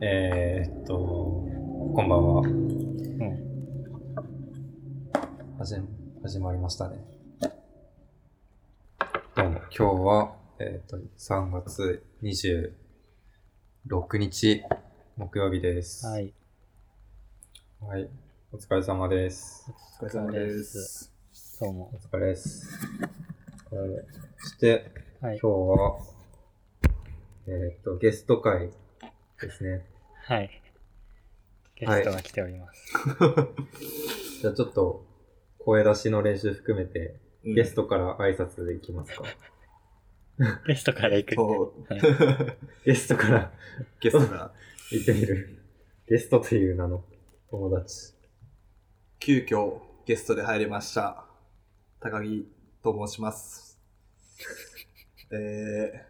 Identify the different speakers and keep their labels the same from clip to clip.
Speaker 1: えー、っと、こんばんは。うん。はじ、始まりましたね。どうも、今日は、えー、っと、3月26日、木曜日です。
Speaker 2: はい。
Speaker 1: はい。お疲れ様です。
Speaker 2: お疲れ様です。どうも
Speaker 1: お。疲れです。えーそして、
Speaker 2: はい
Speaker 1: 今。日は、えー、っと、ゲスト会ですね。
Speaker 2: はい。ゲストが来ております。
Speaker 1: じゃあちょっと、声出しの練習含めて、ゲストから挨拶でいきますか。
Speaker 2: ゲストから行くって。はい
Speaker 1: ゲストから
Speaker 3: ゲストが
Speaker 1: 行ってみる。ゲストという名の友達。
Speaker 3: 急遽ゲストで入りました高木と申します え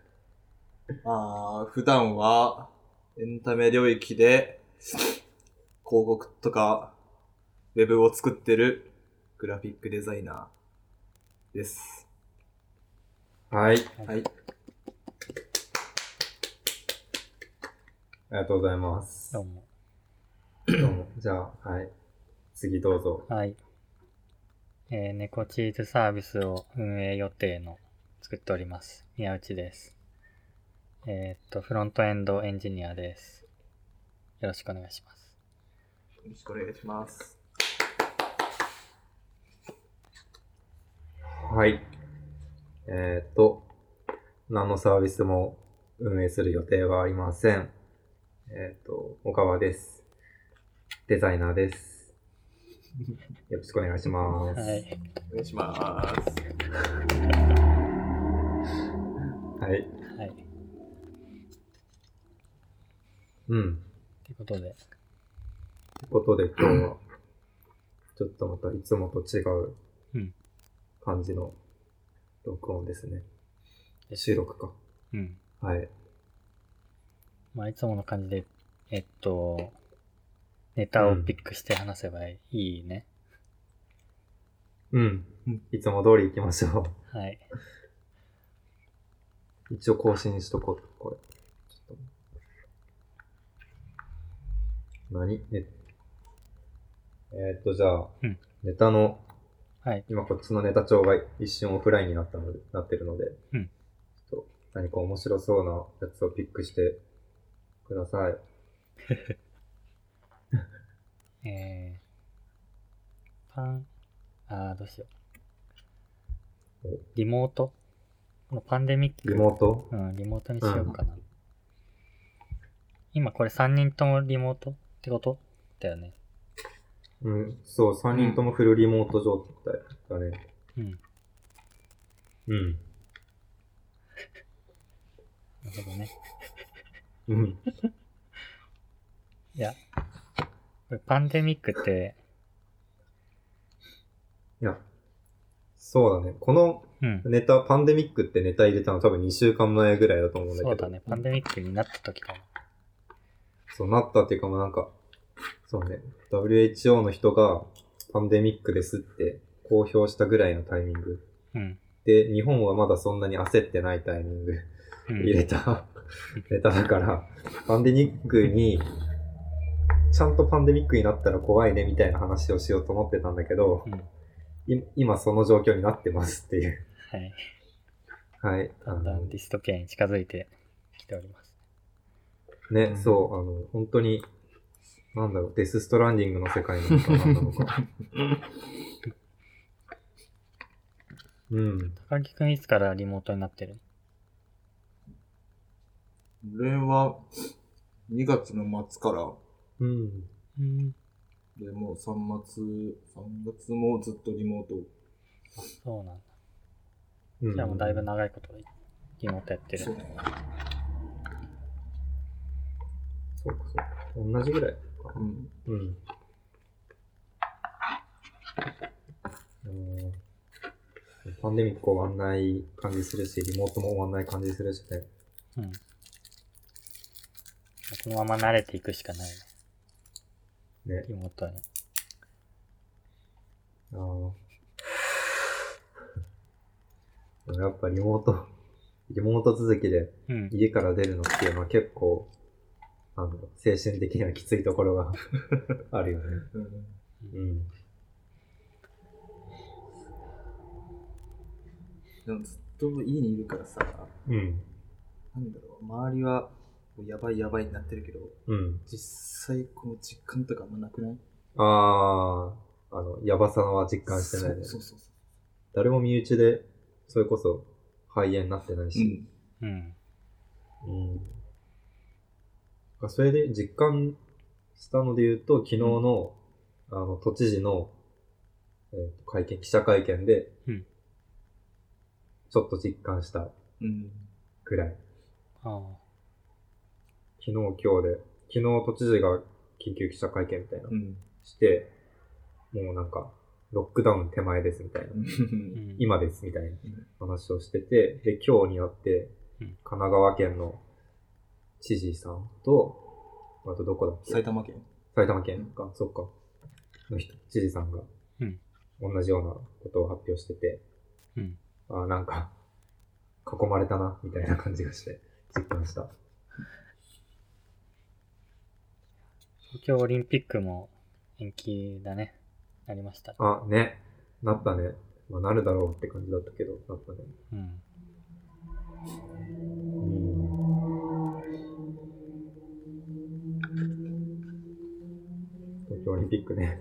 Speaker 3: ー、まあ普段はエンタメ領域で広告とかウェブを作ってるグラフィックデザイナーです
Speaker 1: はい。
Speaker 3: はい
Speaker 1: ありがとうございます。
Speaker 2: どうも。
Speaker 1: どうも。じゃあ、はい。次どうぞ。
Speaker 2: はい。えー、猫チーズサービスを運営予定の作っております。宮内です。えーっと、フロントエンドエンジニアです。よろしくお願いします。
Speaker 3: よろしくお願いします
Speaker 1: はい。えっ、ー、と、何のサービスも運営する予定はありません。えっ、ー、と、小川です。デザイナーです。よろしくお願いします。
Speaker 2: はい。
Speaker 3: お願いします
Speaker 1: はい。
Speaker 2: はい。っ
Speaker 1: うん。
Speaker 2: てことで、
Speaker 1: ということで今日は、ちょっとまたいつもと違う
Speaker 2: うん
Speaker 1: 感じの録音ですね。
Speaker 2: です
Speaker 1: 収録か。
Speaker 2: うん。
Speaker 1: はい。
Speaker 2: まあ、いつもの感じで、えっと、ネタをピックして話せばいいね。
Speaker 1: うん
Speaker 3: うん。
Speaker 1: いつも通り行きましょ
Speaker 2: はい。
Speaker 1: う。 一応更新しとこう、これ。ちょっと何ええーっと、じゃあ、
Speaker 2: うん
Speaker 1: ネタの、
Speaker 2: はい。
Speaker 1: 今こっちのネタ帳が一瞬オフラインになったので、なってるので、
Speaker 2: うん
Speaker 1: ちょっと何か面白そうなやつをピックしてください。
Speaker 2: えー、パン、あー、どうしよう
Speaker 1: お。
Speaker 2: リモートこのパンデミック。
Speaker 1: リモート
Speaker 2: うん、リモートにしようかな。今これ3人ともリモートってことだよね。
Speaker 1: うん、そう、3人ともフルリモート状態だね。
Speaker 2: うん。
Speaker 1: うん。
Speaker 2: なるほどね。
Speaker 1: うん。
Speaker 2: いや、これパンデミックって、
Speaker 1: いや、そうだね。この
Speaker 2: うん。
Speaker 1: ネタ、パンデミックってネタ入れたの多分2週間前ぐらいだと思うんだけど。
Speaker 2: そうだね。パンデミックになった時かな。
Speaker 1: そうなったっていうかもうなんか、そうね、WHO の人がパンデミックですって公表したぐらいのタイミング。
Speaker 2: うん。
Speaker 1: で、日本はまだそんなに焦ってないタイミング。
Speaker 2: う
Speaker 1: 入れ
Speaker 2: ん。
Speaker 1: たネタだから、パンデミックに、ちゃんとパンデミックになったら怖いねみたいな話をしようと思ってたんだけど
Speaker 2: う、ん。はい
Speaker 1: 今その状況になってますっていう。
Speaker 2: い。
Speaker 1: はい。あ
Speaker 2: だんだ
Speaker 1: の
Speaker 2: んディストピアに近づいてきております。
Speaker 1: ね、そう、あの、本当に、なんだろう、デスストランディングの世界なのか何なの か。うん。
Speaker 2: 高木くんいつからリモートになってる
Speaker 3: これは2月の末から
Speaker 1: うん。
Speaker 2: うん。
Speaker 3: でもう3月3月もずっとリモート
Speaker 2: そうなんだ。
Speaker 1: うん
Speaker 2: じゃあもうだいぶ長いことリモートやってる。
Speaker 3: そうね
Speaker 1: そうかそうか。同じぐらいか。
Speaker 3: うん
Speaker 1: うん。あのパンデミック終わんない感じするし、リモートも終わんない感じするしね。
Speaker 2: うん。このまま慣れていくしかないね。
Speaker 1: ね。
Speaker 2: リモートに。
Speaker 1: あーでもやっぱリモート、リモート続きで
Speaker 2: うん。
Speaker 1: 家から出るのっていうのは結構なんだろう、精神的にはきついところ があるよね。
Speaker 3: うん
Speaker 1: うん。
Speaker 3: でもずっと家にいるからさ、
Speaker 1: うん。
Speaker 3: なんだろう、周りはこうやばいやばいになってるけど、
Speaker 1: うん。
Speaker 3: 実際この実感とかあんまなくない
Speaker 1: ああ、あの、やばさは実感してないね。
Speaker 3: そうそうそうそ。
Speaker 1: 誰も身内で、それこそ肺炎になってないう
Speaker 3: う
Speaker 1: し。
Speaker 3: ん。
Speaker 2: うん。
Speaker 1: うん。それで実感したので言うと、昨日の、あの、都知事の、えーと会見、記者会見で、
Speaker 2: うん
Speaker 1: ちょっと実感した
Speaker 3: うん。
Speaker 1: くらい。
Speaker 2: ああ。
Speaker 1: 昨日、今日で、昨日都知事が緊急記者会見みたいなの
Speaker 3: うん。
Speaker 1: して、もうなんか、ロックダウン手前ですみたいな。
Speaker 2: うん。
Speaker 1: 今ですみたいな話をしてて、で、今日になって
Speaker 2: うん、
Speaker 1: 神奈川県の知事さんと、あとどこだっけ
Speaker 3: 埼玉県
Speaker 1: 埼玉県か、そっか、の人、知事さんが
Speaker 2: うん、
Speaker 1: 同じようなことを発表してて、
Speaker 2: うん。
Speaker 1: あーなんか、囲まれたな、みたいな感じがして、実感した。
Speaker 2: 東京オリンピックも延期だね。なりました。
Speaker 1: あ、ね、なったね。まあ、なるだろうって感じだったけど、なったね。
Speaker 2: うん。
Speaker 1: うん。東京オリンピックね。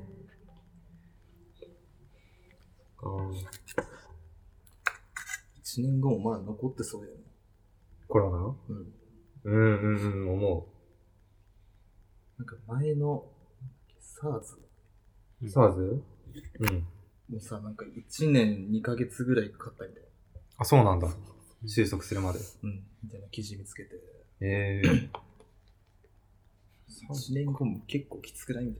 Speaker 1: あー
Speaker 3: 1年後もまだ残ってそうだよね。
Speaker 1: コロ
Speaker 3: う
Speaker 1: ナ
Speaker 3: ん。
Speaker 1: うんうんうん、思
Speaker 3: なんか前の SARS
Speaker 2: う
Speaker 1: う。
Speaker 2: ん
Speaker 1: SARS? うん。
Speaker 3: もさ、なんか1年2ヶ月ぐらいかかったみたいな。
Speaker 1: あ、そうなんだ。収束するまで。
Speaker 3: うん。みたいな記事見つけて。
Speaker 1: ええー。
Speaker 3: 1年後も結構きつくないみた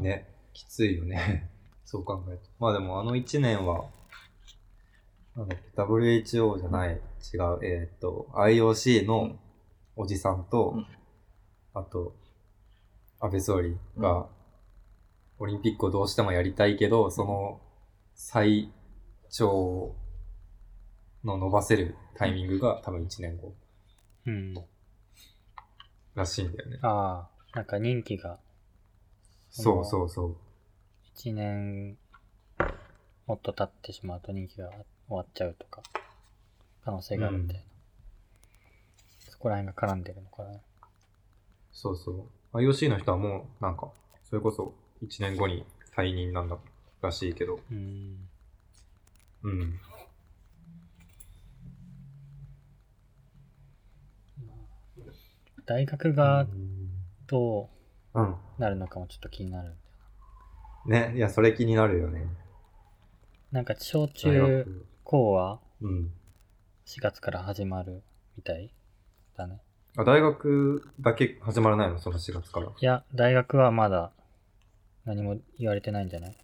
Speaker 3: い
Speaker 1: ね、きついよね。 そう考えると。まあでもあの1年は、なんだっけ WHO じゃない、違う、えーっと、IOC
Speaker 3: う
Speaker 1: の
Speaker 3: ん
Speaker 1: おじさんと、
Speaker 3: うん
Speaker 1: あと、安倍総理が、オリンピックをどうしてもやりたいけど、その最長の伸ばせるタイミングが多分1年後
Speaker 2: うん。
Speaker 1: らしいんだよね。
Speaker 2: ああ。なんか任期が
Speaker 1: そうそうそう。
Speaker 2: 1年もっと経ってしまうと任期が終わっちゃうとか、可能性があるみたいな。そこら辺が絡んでるのかな。
Speaker 1: そうそう。IOC の人はもう、なんか、それこそ1年後に退任なんだらしいけど、
Speaker 2: うん。
Speaker 1: うん。
Speaker 2: 大学がど
Speaker 1: うん。
Speaker 2: うなるのかもちょっと気になる。
Speaker 1: ね、いや、それ気になるよね。
Speaker 2: なんか小
Speaker 1: 大
Speaker 2: 中
Speaker 1: 学
Speaker 2: 高は
Speaker 1: うん。
Speaker 2: 4月から始まるみたいだね。
Speaker 1: あ、大学だけ始まらないのその4月から。
Speaker 2: いや、大学はまだ何も言われてないんじゃない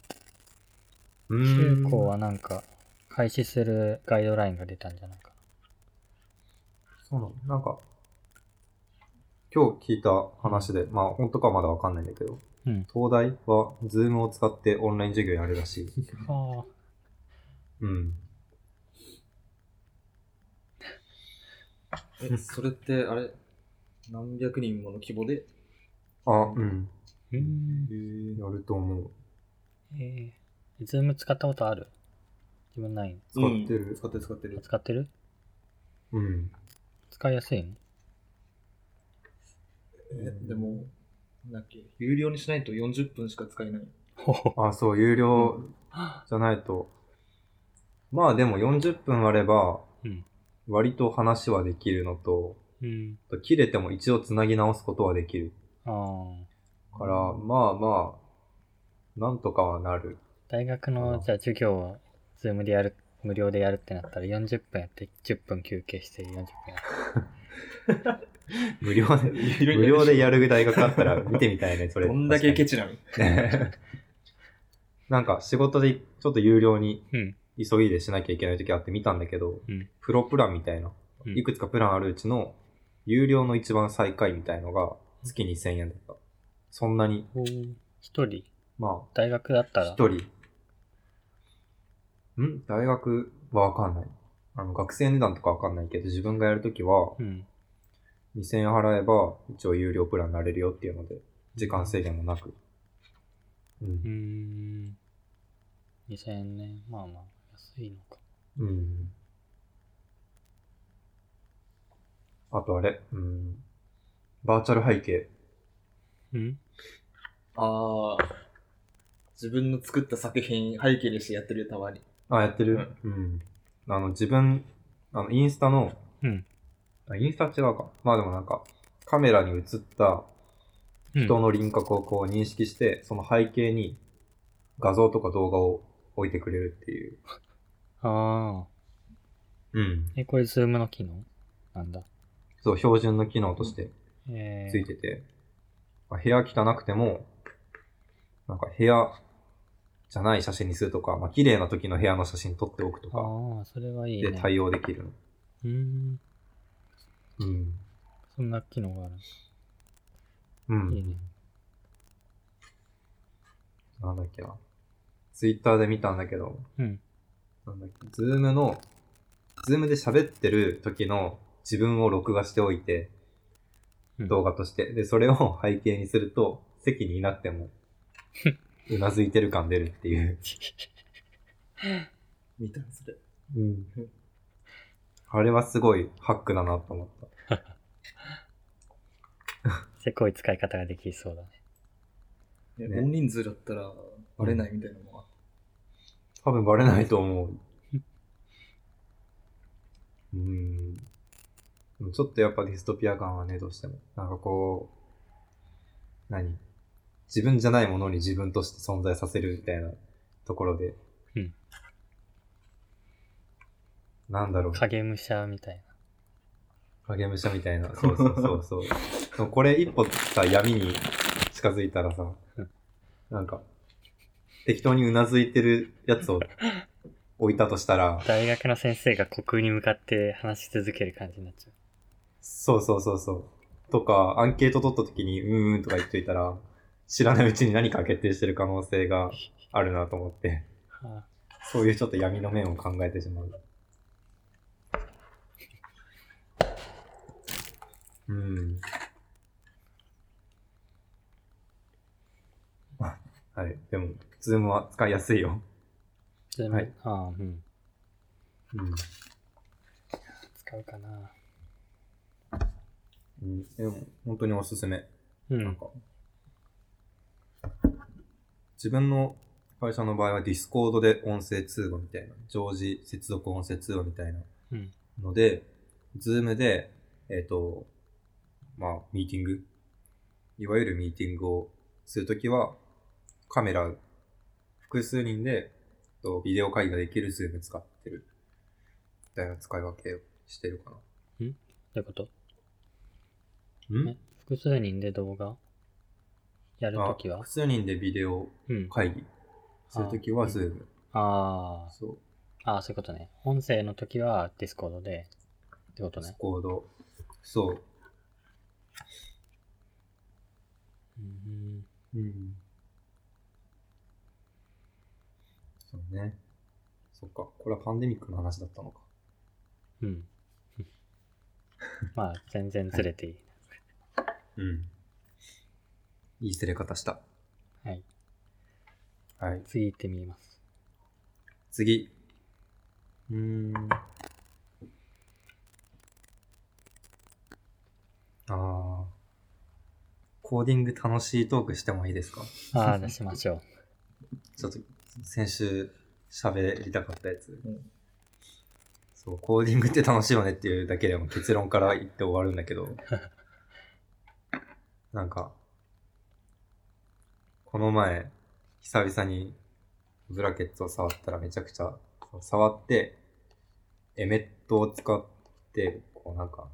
Speaker 2: う中
Speaker 1: ーん。
Speaker 2: 高はなんか開始するガイドラインが出たんじゃないか
Speaker 1: そうなのなんか、今日聞いた話で、まあ、本当かはまだわかんないんだけど、
Speaker 2: な。うん。
Speaker 1: 東大は Zoom を使ってオンライン授業やるらし い。
Speaker 2: ああ。
Speaker 1: うん。
Speaker 3: な。え、それって、あれ何百人もの規模で
Speaker 1: あ、うん。
Speaker 2: うん。
Speaker 1: やると思う。
Speaker 2: えー、ズーム使ったことある自分ない
Speaker 1: 使ってる
Speaker 3: うん使ってる使ってる。
Speaker 2: 使ってる
Speaker 1: うん。
Speaker 2: 使いやすいの
Speaker 3: え、でも、なんだっけ、有料にしないと40分しか使えない。
Speaker 2: ほほ。
Speaker 1: あ、そう、有料じゃないと。まあでも40分あれば
Speaker 2: うん、
Speaker 1: 割と話はできるのと、
Speaker 2: うん。
Speaker 1: 切れても一応つなぎ直すことはできる
Speaker 2: ああ。
Speaker 1: から、まあまあ、なんとかはなる。
Speaker 2: 大学の、じゃあ授業をズームでやる、無料でやるってなったら40分やって10分休憩して40分やる。
Speaker 1: 無料で、無料でやる大学あったら見てみたいね、それ。
Speaker 3: どんだけケチなの
Speaker 1: 確かになんか仕事でちょっと有料に
Speaker 2: うん。
Speaker 1: 急ぎでしなきゃいけない時あって見たんだけど、
Speaker 2: うん
Speaker 1: プロプランみたいな、
Speaker 2: うん
Speaker 1: いくつかプランあるうちの、有料の一番最下位みたいのが、月2000円だった。そんなに、
Speaker 2: 一人
Speaker 1: ま
Speaker 2: 大学だった
Speaker 1: あ、
Speaker 2: ら
Speaker 1: 一。人。ん大学はわかんない。あの、学生値段とかわかんないけど、自分がやるときは、
Speaker 2: うん。
Speaker 1: 2000円払えば、一応有料プランになれるよっていうので、時間制限もなく。う
Speaker 2: うー
Speaker 1: ん。
Speaker 2: ん。2000円ね。まあまあ、安いのか。
Speaker 1: うん。あとあれ、うん。バーチャル背景。
Speaker 2: うん
Speaker 3: ああ。自分の作った作品背景にしてやってるよたまに。
Speaker 1: あ、やってるうん。あの、自分、あの、インスタの、
Speaker 2: うん。
Speaker 1: あインスタ違うか。まあでもなんか、カメラに映った
Speaker 2: うん
Speaker 1: 人の輪郭をこう認識して、その背景に画像とか動画を置いてくれるっていう。
Speaker 2: ああ。
Speaker 1: うん。
Speaker 2: え、これ、ズームの機能なんだ。
Speaker 1: そう、標準の機能として
Speaker 2: え
Speaker 1: つい
Speaker 2: ー、
Speaker 1: てて、まあ部屋汚くても、なんか部屋じゃない写真にするとか、まあ綺麗な時の部屋の写真撮っておくとか、
Speaker 2: ああ、それはいい
Speaker 1: で
Speaker 2: ね。
Speaker 1: 対応できるの。
Speaker 2: うーん。
Speaker 1: うん。
Speaker 2: そんな機能がある。
Speaker 1: う
Speaker 2: いいね
Speaker 1: ん。なんだっけな。ツイッターで見たんだけど、
Speaker 2: うん。
Speaker 1: なんだっけ、ズームの、ズームで喋ってる時の自分を録画しておいて、
Speaker 2: うん
Speaker 1: 動画として。で、それを背景にすると、席にいなくても、うなずいてる感出るっていう。
Speaker 3: 見たそれ。
Speaker 1: うん。あれはすごいハックだなと思った。
Speaker 2: せこい使い方ができそうだね。
Speaker 3: ね
Speaker 1: ね
Speaker 3: 大人数だったらバレないみたいなのもあっ
Speaker 1: 多分バレないと思う。うん。でもちょっとやっぱディストピア感はね、どうしても。なんかこう、何自分じゃないものに自分として存在させるみたいなところで。
Speaker 2: うん
Speaker 1: なんだろう。
Speaker 2: 影武者みたい
Speaker 1: 影武者みたいな。そうそうそう そう。でもこれ一歩さ、闇に近づいたらさ
Speaker 2: うん、
Speaker 1: なんか、適当にうなずいてるやつを置いたとしたら
Speaker 2: な。、大学の先生が虚空に向かって話し続ける感じになっちゃ
Speaker 1: そうそうそうそう。とか、アンケート取った時に、うーんうんとか言っといたら、知らないうちに何か決定してる可能性があるなと思って、
Speaker 2: う。あ
Speaker 1: そういうちょっと闇の面を考えてしまう。うん。あはい。でも、ズームは使いやすいよ。
Speaker 2: ー
Speaker 1: はい
Speaker 2: ああ、うん。
Speaker 1: うん。
Speaker 2: 使うかな。
Speaker 1: うん、でも、本当におすすめ。
Speaker 2: う
Speaker 1: なん
Speaker 2: ん。
Speaker 1: か、自分の会社の場合はディスコードで音声通話みたいな、常時接続音声通話みたいな
Speaker 2: うん。
Speaker 1: ので、ズームで、えっ、と、まあ、ミーティング、いわゆるミーティングをするときは、カメラ、複数人で、とビデオ会議ができるズーム使ってる、みたいな使い分けをしてるか
Speaker 2: どういうこと
Speaker 1: な。
Speaker 2: ね複数人で動画やる
Speaker 1: あ
Speaker 2: ときは
Speaker 1: 複数人でビデオ
Speaker 2: うん。
Speaker 1: 会議するときはズーム。
Speaker 2: あ
Speaker 1: そう。
Speaker 2: あ、ああ、そういうことね。音声のときはディスコードで、ってこ
Speaker 1: デ
Speaker 2: と
Speaker 1: ィス
Speaker 2: ね。
Speaker 1: コード。そう。
Speaker 2: うん。
Speaker 1: うん。そうね。そっか。これはパンデミックの話だったのか。
Speaker 2: うん。まあ、全然ずれていい。
Speaker 1: うん。いいすれ方した。
Speaker 2: はい。
Speaker 1: はい。
Speaker 2: 次行ってみます。
Speaker 1: 次。うーん。あー。コーディング楽しいトークしてもいいですか
Speaker 2: ああ、出しましょう。
Speaker 1: ちょっと先週喋りたかったやつ、
Speaker 3: うん
Speaker 1: そうコーディングって楽しいよねっていうだけでも結論から言って終わるんだけ どなんかこの前久々にブラケットを触ったらめちゃくちゃ触ってエメットを使ってこうなんか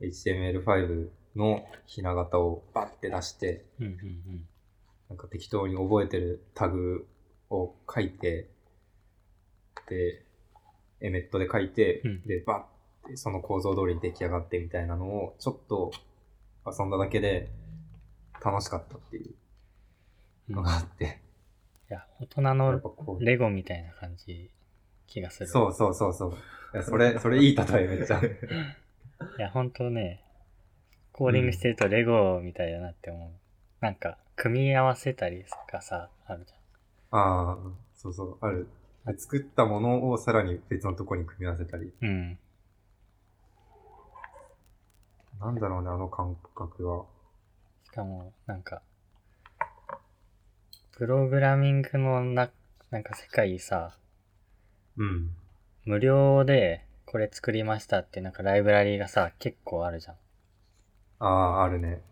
Speaker 1: HTML5 のひな型をバッて出して
Speaker 2: うんうん
Speaker 1: なんか適当に覚えてるタグを書いて、で、エメットで書いて、
Speaker 2: うん
Speaker 1: で、バッてその構造通りに出来上がってみたいなのを、ちょっと遊んだだけで楽しかったっていう
Speaker 2: うん。う
Speaker 1: の
Speaker 2: ん、い
Speaker 1: があって、
Speaker 2: や、大人
Speaker 1: やっ
Speaker 2: の
Speaker 1: ぱこ
Speaker 2: レゴみたいな感じ気がす
Speaker 1: う、
Speaker 2: る。
Speaker 1: そうそうそうそう。いやそれ、それいい例えめっちゃ。
Speaker 2: いや、ほんとね、コーディングしてるとレゴみたいだなって思う。なんか、組み合わせたりがさ、あるじ
Speaker 1: ああ、そうそう、ある。作ったものをさらに別のとこに組み合わせたり。
Speaker 2: ゃん。うん。
Speaker 1: なんだろうね、あの感覚は。
Speaker 2: しかも、なんか、プログラミングのな、なんか世界さ、
Speaker 1: うん。
Speaker 2: 無料でこれ作りましたってなんかライブラリーがさ、結構あるじゃん。
Speaker 1: ああ、あるね。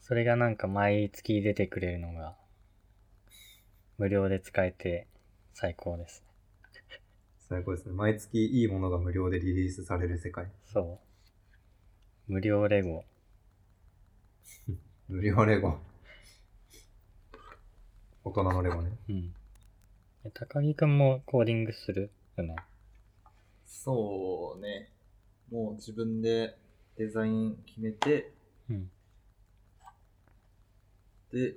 Speaker 2: それがなんか毎月出てくれるのが、無料で使えて最高です。
Speaker 1: 最高ですね。毎月いいものが無料でリリースされる世界。
Speaker 2: そう。無料レゴ。
Speaker 1: 無料レゴ。 大人のレゴね。
Speaker 2: うん。え高木くんもコーディングするよね。
Speaker 3: そうね。もう自分でデザイン決めて、
Speaker 2: うん。
Speaker 3: で、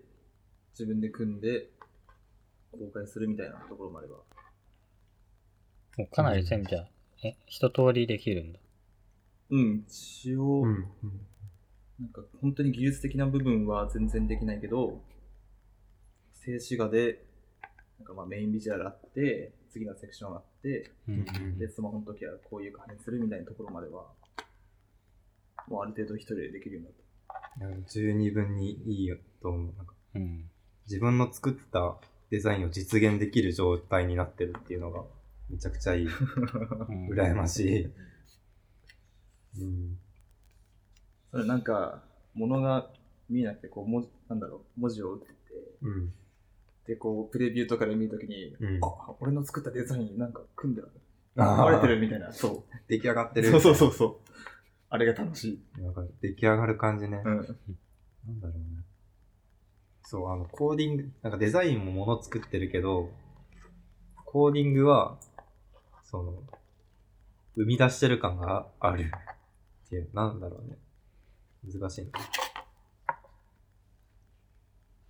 Speaker 3: 自分で組んで、公開するみたいなところまでは。
Speaker 2: もうかなり全部じゃあ、え、一通りできるんだ。
Speaker 3: うん、一応、
Speaker 1: うん。
Speaker 3: なんか本当に技術的な部分は全然できないけど、静止画で、なんかまあメインビジュアルあって、次のセクションあって、
Speaker 1: う
Speaker 2: う
Speaker 1: ん
Speaker 2: ん。
Speaker 3: で、スマホの時はこういう感じするみたいなところまでは、もうある程度一人でできるようになった。
Speaker 1: うん十二分にいいよと思う。なんか
Speaker 2: うん。
Speaker 1: 自分の作ったデザインを実現できる状態になってるっていうのがめちゃくちゃ いい。
Speaker 2: うん
Speaker 1: 羨ましい。うん。
Speaker 3: それなんか、物が見えなくて、こう、文字、なんだろう、文字を打ってて、
Speaker 1: うん。
Speaker 3: で、こう、プレビューとかで見るときに、
Speaker 1: うん。
Speaker 3: あ、俺の作ったデザインなんか組んである。
Speaker 1: あ
Speaker 3: バ
Speaker 1: ー
Speaker 3: れてるみたいな。そ
Speaker 1: 出来上がって
Speaker 3: う。
Speaker 1: る。
Speaker 3: そうそうそうそう。あれが楽しい。
Speaker 1: なんか出来上がる感じね。
Speaker 3: うん。
Speaker 1: なんだろうね。そう、あの、コーディング、なんかデザインももの作ってるけど、コーディングは、その、生み出してる感があるっていう、なんだろうね。難しいな。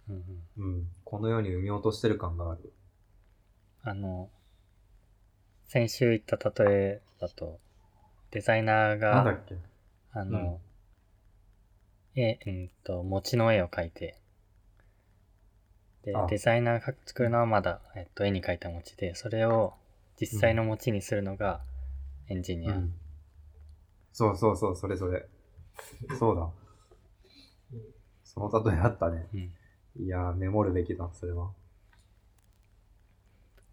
Speaker 2: うんうん
Speaker 1: うん。この世に生み落としてる感がある。
Speaker 2: あの、先週言った例えだと、デザイナー
Speaker 1: なんだ
Speaker 2: が、
Speaker 1: っけ
Speaker 2: あの、え、うんと、餅の絵を描いて、で
Speaker 1: あ、
Speaker 2: デザイナーが作るのはまだ、えっと、絵に描いた餅で、それを実際の餅にするのがエンジニ
Speaker 1: う
Speaker 2: ア。
Speaker 1: ん。そうそうそう、それそれ。そうだ。その例えあったね。
Speaker 2: うん
Speaker 1: いやー、メモるべきだ、それは。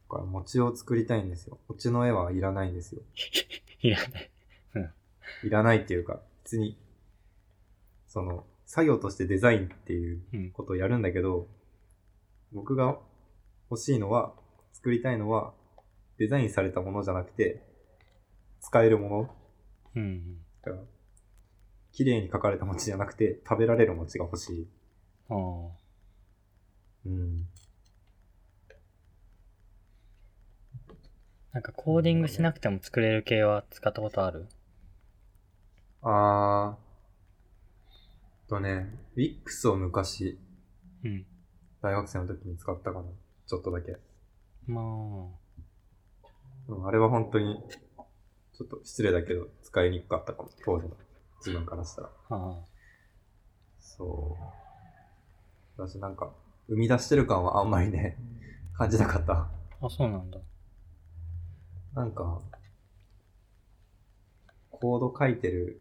Speaker 1: これ、餅を作りたいんですよ。餅の絵はいらないんですよ。
Speaker 2: いらない。
Speaker 1: いらないっていうか、別に、その、作業としてデザインっていう
Speaker 2: うん。
Speaker 1: ことをやるんだけど、僕が欲しいのは、作りたいのは、デザインされたものじゃなくて、使えるもの
Speaker 2: うん。
Speaker 1: だから、綺麗に描かれた餅じゃなくて、食べられる餅が欲しい。
Speaker 2: うんああ。
Speaker 1: うん。
Speaker 2: なんかコーディングしなくても作れる系は使ったことある
Speaker 1: あー。とね、Wix を昔、
Speaker 2: うん。
Speaker 1: 大学生の時に使ったかな。ちょっとだけ。
Speaker 2: ま
Speaker 1: うんあれは本当に、ちょっと失礼だけど、使いにくかったかも。当時の自分からしたら。
Speaker 2: あ、あ
Speaker 1: そう。私なんか、生み出してる感はあんまりね、感じなかった。
Speaker 2: あ。あ、そうなんだ。
Speaker 1: なんか、コード書いてる、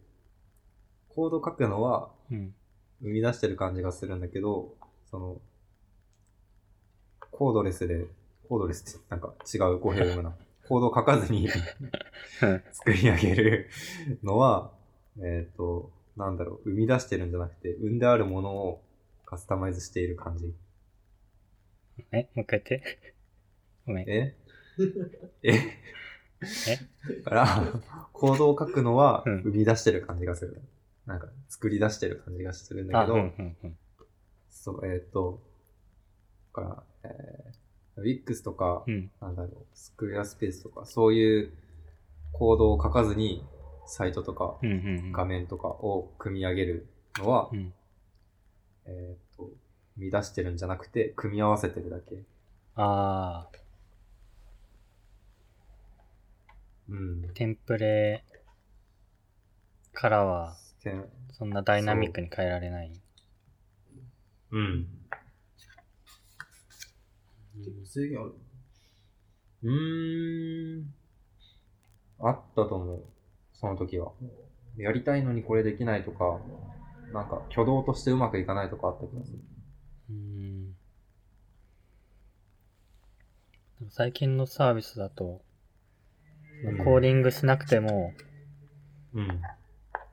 Speaker 1: コード書くのは
Speaker 2: うん。
Speaker 1: 生み出してる感じがするんだけど、その、コードレスで、コードレスってなんか違う語弊を読む な。コード書かずに 作り上げるのは、えっ、と、なんだろう、生み出してるんじゃなくて、生んであるものをカスタマイズしている感じ。
Speaker 2: え、もう一回言って。ごめん。
Speaker 1: ええだから、行動を書くのは
Speaker 2: うん
Speaker 1: 生み出してる感じがする。なんか、作り出してる感じがするんだ
Speaker 2: あ、
Speaker 1: けど、
Speaker 2: うんうんうん。
Speaker 1: そう、えっ、と、だから、えー、Wix とか、
Speaker 2: うん。
Speaker 1: なんだろう、スクエアスペースとか、そういう行動を書かずに、サイトとか
Speaker 2: うんうんうん。
Speaker 1: 画面とかを組み上げるのは、
Speaker 2: うん。
Speaker 1: えっ、と、生み出してるんじゃなくて、組み合わせてるだけ。
Speaker 2: ああ、
Speaker 1: うん。
Speaker 2: テンプレからは、
Speaker 1: てん
Speaker 2: そんなダイナミックに変えられない。
Speaker 1: うん。
Speaker 3: 制限ある
Speaker 1: うーん。あったと思う。その時は。やりたいのにこれできないとか、なんか挙動としてうまくいかないとかあった気がする。
Speaker 2: うん。でも最近のサービスだと、
Speaker 1: うん
Speaker 2: コーディングしなくても、
Speaker 1: うん。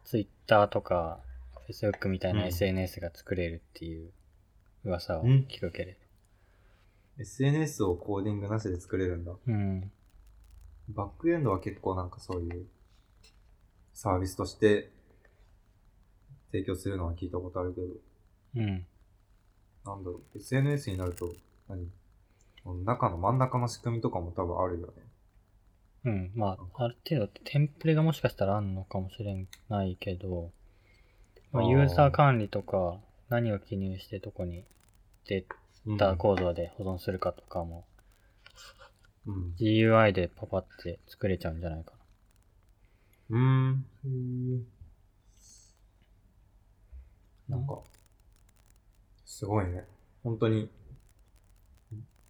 Speaker 2: Twitter とか Facebook みたいな
Speaker 1: うん
Speaker 2: SNS が作れるっていう噂を
Speaker 1: うん
Speaker 2: 聞くけれど。
Speaker 1: SNS をコーディングなしで作れるんだ。
Speaker 2: うん。
Speaker 1: バックエンドは結構なんかそういうサービスとして提供するのは聞いたことあるけど、
Speaker 2: うん。
Speaker 1: なんだろう、SNS になると何、中の真ん中の仕組みとかも多分あるよね。
Speaker 2: うん。まあ、ある程度ってテンプレがもしかしたらあんのかもしれないけど、まあ、
Speaker 1: あー
Speaker 2: ユーザー管理とか、何を記入してどこにデ
Speaker 1: うん
Speaker 2: ータ構造で保存するかとかも、
Speaker 1: うん。
Speaker 2: GUI でパパって作れちゃうんじゃないか
Speaker 1: うーん。
Speaker 2: な。
Speaker 1: なんか、すごいね。本当に、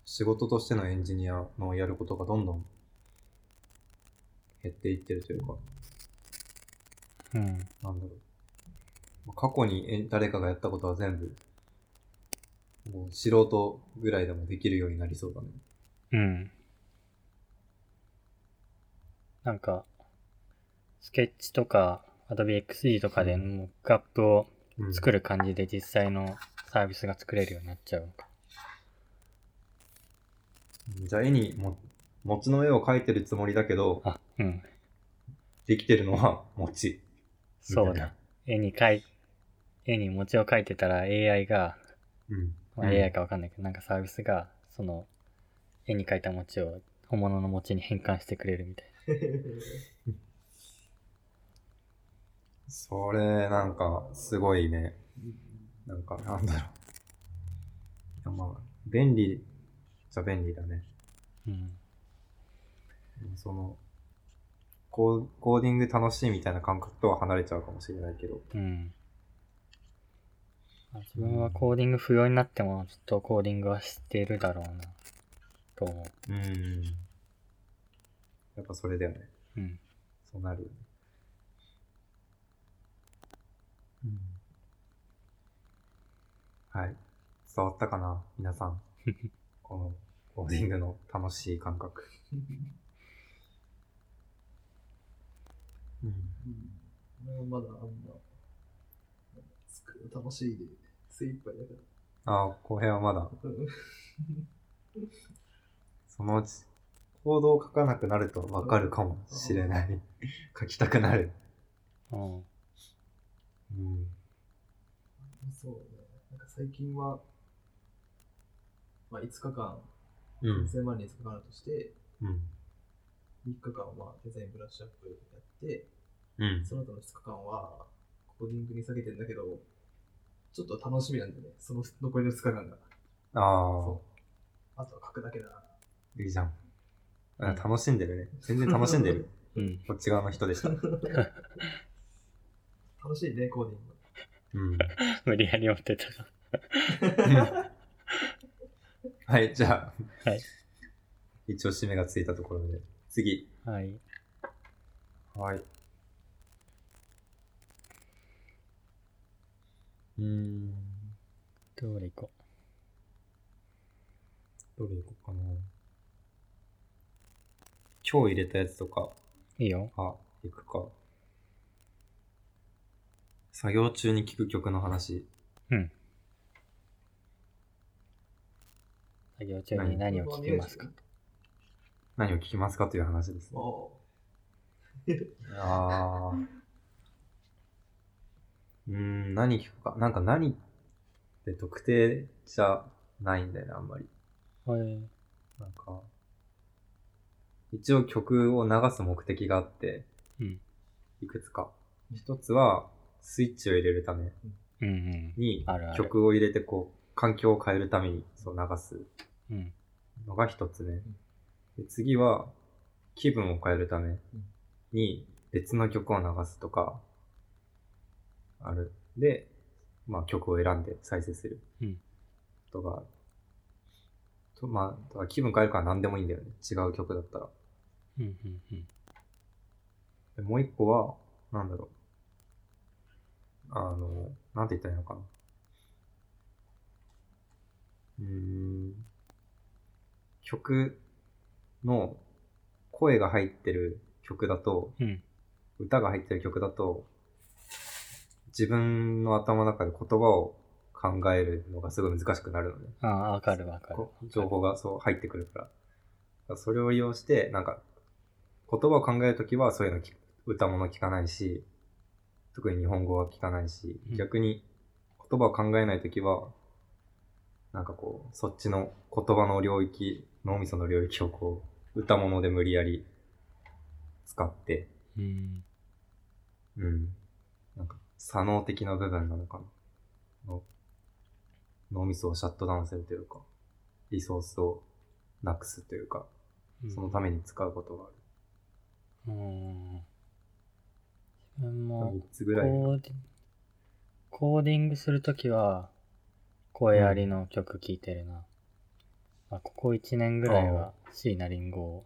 Speaker 1: 仕事としてのエンジニアのやることがどんどん減っていってるというか、
Speaker 2: うん。
Speaker 1: なんだろう。過去にえ誰かがやったことは全部、もう素人ぐらいでもできるようになりそうだね。
Speaker 2: うん。なんか、スケッチとか、Adobe XD とかで
Speaker 1: うん
Speaker 2: モックアップを
Speaker 1: うん
Speaker 2: 作る感じで実際のサービスが作れるようになっちゃうのか。
Speaker 1: じゃあ絵にも、餅の絵を描いてるつもりだけど、
Speaker 2: あ、うん。
Speaker 1: できてるのは 餅。
Speaker 2: そうだ。絵に描い、絵に文字を書いてたら AI が、
Speaker 1: うん。
Speaker 2: まあ、AI かわかんないけど、なんかサービスが、その、絵に描いた文字を本物の文字に変換してくれるみたい
Speaker 1: それ、なんか、すごいね。なんか、なんだろう。いやまあ、便利じゃ便利だね。
Speaker 2: な。うん。
Speaker 1: その、コーコーディング楽しいみたいな感覚とは離れちゃうかもしれないけど。
Speaker 2: うん。まあ自分はコーディング不要になっても、ずっとコーディングはしてるだろうな、と思
Speaker 1: うん。やっぱそれだよね。
Speaker 2: う。うん。
Speaker 1: そうなるよね。はい。伝わったかな皆さん。 このコーディングの楽しい感覚。うん、
Speaker 3: うん。まだあんま、作るの楽しいで、精一杯だか
Speaker 1: ああ、後編はまだ、
Speaker 3: ら。
Speaker 1: そのうち、行動を書かなくなるとわかるかもしれ ない。書きたくなる。
Speaker 2: うん。
Speaker 1: うん。
Speaker 3: そうね。なんか最近は、まあ5日間、
Speaker 1: うん。
Speaker 3: 1000万人5日間あるとして、
Speaker 1: うん。
Speaker 3: 3日間はデザインブラッシュアップやって、
Speaker 1: うん。
Speaker 3: その後の2日間はコーディングに下げてんだけど、ちょっと楽しみなんだよね。その残りの2日間が。
Speaker 1: あ
Speaker 3: そう。あとは書くだけだな。
Speaker 1: あ、いいじゃん。あ
Speaker 2: うん
Speaker 1: 楽しんでるね。全然楽しんで る。
Speaker 2: うん。
Speaker 1: こっち側の人でした。
Speaker 3: 楽しいね、コーディング。
Speaker 1: うん。
Speaker 2: 無理やり持ってたら。
Speaker 1: はい、じゃあ、
Speaker 2: はい
Speaker 1: 一応締めがついたところで、次。
Speaker 2: はい。
Speaker 1: はい。うーん、
Speaker 2: どれ行こ
Speaker 1: どれいこうかな。今日入れたやつとか、
Speaker 2: う。いいよ。
Speaker 1: あ、いくか。作業中に聴く曲の話。
Speaker 2: 作業中に何を聞きますか
Speaker 1: 何を聴きますかという話ですね。
Speaker 3: お
Speaker 1: ああ。うーん、何聞くか。なんか何って特定じゃないんだよね、あんまり。
Speaker 2: はい。
Speaker 1: なんか、一応曲を流す目的があって、
Speaker 2: うん
Speaker 1: いくつか。一つは、スイッチを入れるため
Speaker 2: うんうん。
Speaker 1: に
Speaker 2: あるあ、る
Speaker 1: 曲を入れてこう、環境を変えるためにそう流す
Speaker 2: うん。
Speaker 1: のが一つね。で次は、気分を変えるために別の曲を流すとか、ある。で、まあ曲を選んで再生する。
Speaker 2: うん
Speaker 1: とか、とまあ、だから気分変えるから何でもいいんだよね。違う曲だったら。
Speaker 2: うんうんうん。
Speaker 1: でもう一個は、なんだろう。あの、なんて言ったらいいのかな。うーん。曲の声が入ってる曲だと、
Speaker 2: うん。
Speaker 1: 歌が入ってる曲だと、自分の頭の中で言葉を考えるのがすごい難しくなるのね。
Speaker 2: ああ、わかるわかる
Speaker 1: こ。情報がそう入ってくるから。だからそれを利用して、なんか、言葉を考えるときはそういうの聞歌物聞かないし、特に日本語は聞かないし、
Speaker 2: うん
Speaker 1: 逆に言葉を考えないときは、なんかこう、そっちの言葉の領域、脳みその領域をこう、歌物で無理やり使って、
Speaker 2: うん。
Speaker 1: うん。なんか、左脳的な部分なのかな。の脳みそをシャットダウンするというか、リソースをなくすというか、
Speaker 2: うん
Speaker 1: そのために使うことがある。
Speaker 2: うん。自
Speaker 1: 三
Speaker 2: 分も
Speaker 1: 3、つぐ
Speaker 2: コ
Speaker 1: らい。
Speaker 2: ーディコーディングするときは、声ありの曲聴いてるな。まあ、ここ1年ぐらいは椎名林檎を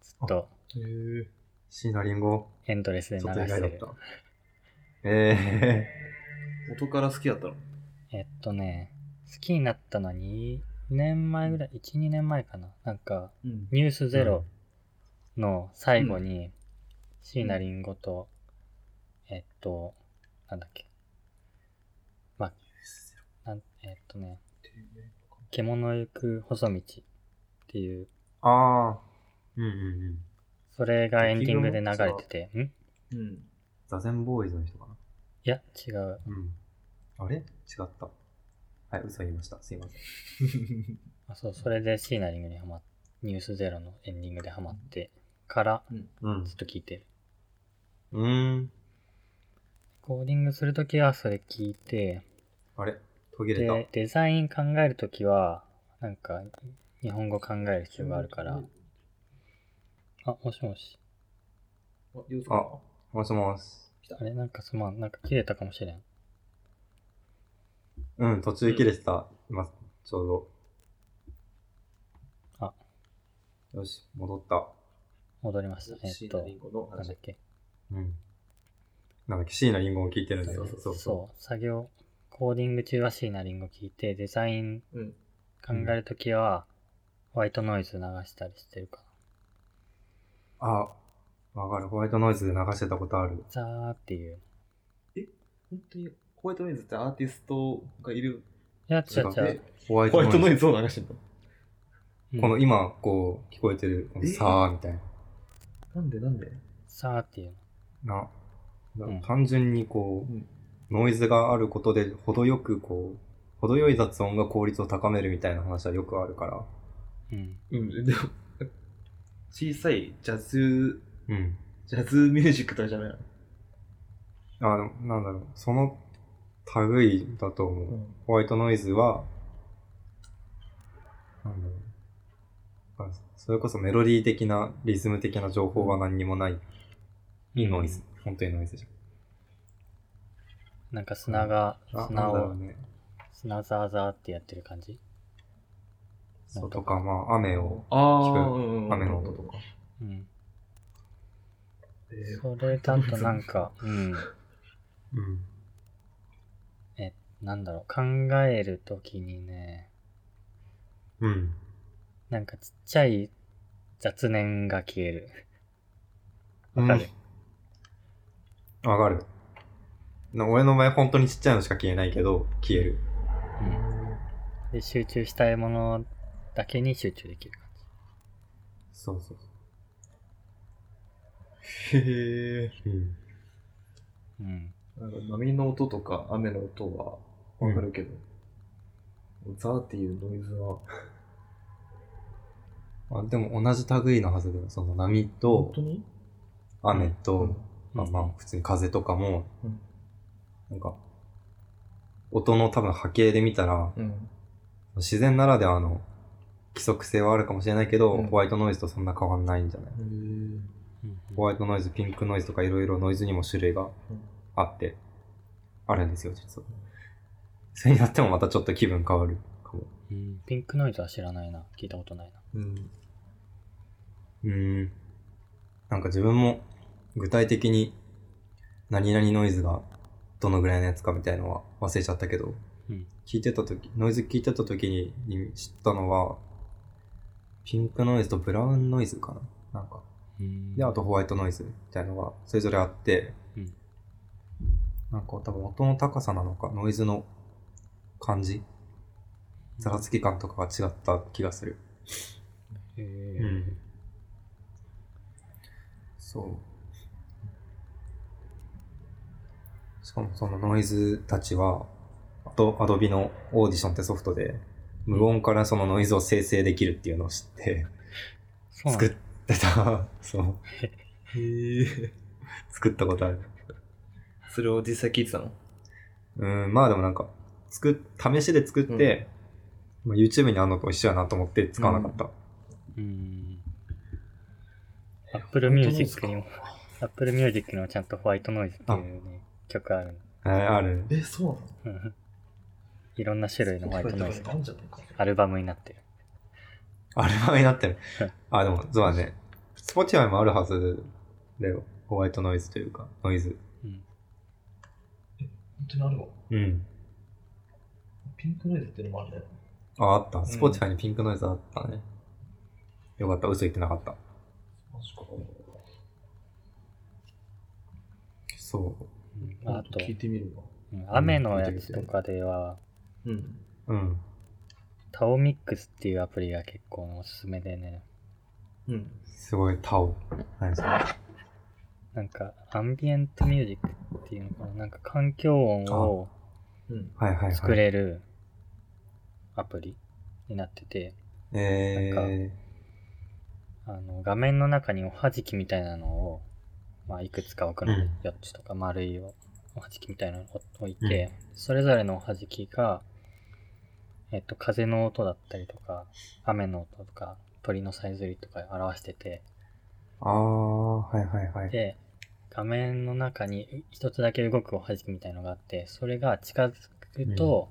Speaker 2: ずっと
Speaker 3: へえ。
Speaker 1: シーナリンゴ、
Speaker 2: エントレスで
Speaker 1: ち
Speaker 2: 流
Speaker 1: ょっ
Speaker 2: し
Speaker 1: と意
Speaker 2: て
Speaker 1: 外だっ
Speaker 2: る。
Speaker 1: た。え
Speaker 3: 元から好きだったの
Speaker 2: えっとね、好きになったのは2年前ぐらい、1、2年前かな。なんか、
Speaker 3: うん。
Speaker 2: ニュースゼロの最後に、椎名林檎と、えっと、なんだっけ。まあ、なんえっとね、獣行く細道っていう、
Speaker 1: ー、ああ、うんうんうん。
Speaker 2: それがエンディングで流れてて、んい
Speaker 3: うん。
Speaker 1: 座禅ボーイズの人かな。
Speaker 2: や、違う。
Speaker 1: うん。あれ違った。はい、嘘言いました。すいません。
Speaker 2: あ、そう、それで椎名林檎にハマっニュースゼロのエンディングでハマってから、
Speaker 1: うん
Speaker 2: ずっ。と聞いてる。
Speaker 1: うーん。
Speaker 2: コーディングするときはそれ聞いて、
Speaker 1: あれ途切れた。
Speaker 2: で、デザイン考えるときは、なんか、日本語考える必要があるから、あ、もしもし。
Speaker 3: あ、ようさん
Speaker 1: あもしもし。
Speaker 2: あれなんかすまん、なんか切れたかもしれん。
Speaker 1: うん、途中切れてた、今、ちょうど。
Speaker 2: あ。
Speaker 1: よし、戻った。
Speaker 2: 戻りました。え
Speaker 3: シ
Speaker 2: っ
Speaker 3: ーナ
Speaker 2: と
Speaker 3: リ、ンゴの
Speaker 2: なんだ
Speaker 3: 話
Speaker 2: っ。け。
Speaker 1: うん。なんだっけ、C のリンゴを聞いてるんだよ。
Speaker 3: そう
Speaker 1: そうそ
Speaker 2: そう、作業、コーディング中はシーナリング聞いて、デザイン
Speaker 3: うん。
Speaker 2: 考えるときは、ホワイトノイズ流したりしてるか
Speaker 1: う。あ、わかる。ホワイトノイズで流してたことある
Speaker 2: な。。ザーっていう。
Speaker 3: 本当に、ホワイトノイズってアーティストがいる。
Speaker 2: いや、違う
Speaker 1: 違う
Speaker 2: 違う。
Speaker 1: ホワイト
Speaker 3: ホワイト
Speaker 1: ノ
Speaker 3: ノ
Speaker 1: イ
Speaker 3: イズを流してんの
Speaker 2: う
Speaker 1: ズ。
Speaker 2: ん
Speaker 1: この今、こう、聞こえてる、この
Speaker 3: え
Speaker 1: さーみたい
Speaker 3: なんでなんで
Speaker 2: ザーっていうの。
Speaker 1: な。な、
Speaker 2: うん
Speaker 1: 単純にこ
Speaker 3: うん
Speaker 1: う、ノイズがあることで、程よくこう、程よい雑音が効率を高めるみたいな話はよくあるから。
Speaker 2: うん。
Speaker 3: うん、でも、小さいジャズ、
Speaker 1: うん。
Speaker 3: ジャズミュージックとかじゃないの
Speaker 1: あの、なんだろう、その類だと思う。
Speaker 3: うん
Speaker 1: ホワイトノイズは、なんだろうあそれこそメロディー的な、リズム的な情報は何にもない。いいノイズ。本当にノイズじ
Speaker 2: なんか砂が、
Speaker 1: ゃん。あ、な
Speaker 2: 砂
Speaker 1: んだろう
Speaker 2: を、
Speaker 1: ね。
Speaker 2: 砂ザーザーってやってる感じ
Speaker 1: そうとか、まあ、雨を、
Speaker 3: あ
Speaker 1: 聞く
Speaker 3: ー
Speaker 1: 雨の音と。か。
Speaker 2: うん。
Speaker 3: うんうんうんえー
Speaker 2: それだとな んか、うん。
Speaker 1: うん。
Speaker 2: なんだろう、考えるときにね、
Speaker 1: うん。
Speaker 2: なんかちっちゃい雑念が消える。わかる、
Speaker 1: うんわかる。な俺の場合、本当にちっちゃいのしか消えないけど、消える。
Speaker 2: うん、で、集中したいものだけに集中できる感
Speaker 1: そうそう
Speaker 3: へ
Speaker 1: そう。うん。
Speaker 2: じ。うん。
Speaker 3: ーなんか波の音とか雨の音はわかるけど、ザーっていうノイズは、
Speaker 1: あでも同じ類のはずだよ。その波と
Speaker 3: 本当、に
Speaker 1: 雨と、
Speaker 3: うん
Speaker 1: まあまあ普通に風とかも、
Speaker 3: うん
Speaker 1: なんか、音の多分波形で見たら、
Speaker 3: うん。
Speaker 1: 自然ならではの規則性はあるかもしれないけど、
Speaker 3: うん
Speaker 1: ホワイトノイズとそんな変わんないんじゃない
Speaker 3: へ
Speaker 2: うん
Speaker 1: ホワイトノイズ、ピンクノイズとかいろいろノイズにも種類があって、
Speaker 3: え。
Speaker 1: あるんですよ、実は。それによってもまたちょっと気分変わるかも。
Speaker 2: うん、ピンクノイズは知らないな。聞いたことないな。
Speaker 3: うん。
Speaker 1: うーん。なんか自分も具体的に何々ノイズがどのぐらいのやつかみたいのは忘れちゃったけど、
Speaker 2: うん
Speaker 1: 聞いてた時、ノイズ聞いてた時にに知ったのは、ピンクノイズとブラウンノイズかななんか。
Speaker 2: うん
Speaker 1: で、あとホワイトノイズみたいのがそれぞれあって、
Speaker 2: うん
Speaker 1: なんか多分音の高さなのか、ノイズの感じ、ざらつき感とかが違った気がする。
Speaker 2: えー
Speaker 1: うんそう。しかもそのノイズたちは、あと、アドビのオーディションってソフトで、無音からそのノイズを生成できるっていうのを知って、
Speaker 2: そうなん
Speaker 1: 作
Speaker 2: だ
Speaker 1: ってた、 そう、
Speaker 3: へえ。
Speaker 1: 作ったことある。
Speaker 3: それを実際聞いてたの
Speaker 1: うん、まあでもなんか、作っ、試しで作って、まあ YouTube にあんのと一緒やなと思って使わなかった。
Speaker 2: うん。Apple Music にも、Apple Music にもちゃんとホワイトノイズっていうね、曲ある
Speaker 1: えーある。
Speaker 3: え、そうなの
Speaker 2: の。いろんな種類のホワイトノイズが
Speaker 3: あんじゃないか。
Speaker 2: アルバムになってる。
Speaker 1: アルバムになってる
Speaker 2: はい。
Speaker 1: あ、でも、そうだね。Spotify もあるはずだよ。ホワイトノイズというか、ノイズ。
Speaker 2: うん。
Speaker 3: 本当にあるわ。
Speaker 1: うん。
Speaker 3: ピンクノイズっていうのもあるね。
Speaker 1: あ、あった。Spotify にピンクノイズあったね。よかった。嘘言ってなかった。
Speaker 3: マジか。
Speaker 1: そ
Speaker 2: うんまああと、
Speaker 3: 聞いてみるわ。
Speaker 2: うん雨のやつとかでは、
Speaker 3: うん。
Speaker 1: う。うん。
Speaker 2: タオミックスっていうアプリが結構おすすめでね、
Speaker 3: うん。
Speaker 1: すごい、タオ。何それ。
Speaker 2: なんかアンビエントミュージックっていうのかな、なんか環境音を
Speaker 3: うん。
Speaker 1: はいはいはい。
Speaker 2: 作れるアプリになってて、
Speaker 1: え
Speaker 2: な
Speaker 1: ー。
Speaker 2: あの画面の中におはじきみたいなのを、まあ、いくつか置くの
Speaker 1: うん
Speaker 2: ね、4つとか丸いおおはじきみたいなのを置いて、それぞれのおはじきが、えっと、風の音だったりとか、雨の音とか、鳥のさえずりとか表してて、
Speaker 1: あー、はいはいはい。
Speaker 2: で、画面の中に一つだけ動くおはじきみたいのがあって、それが近づくと、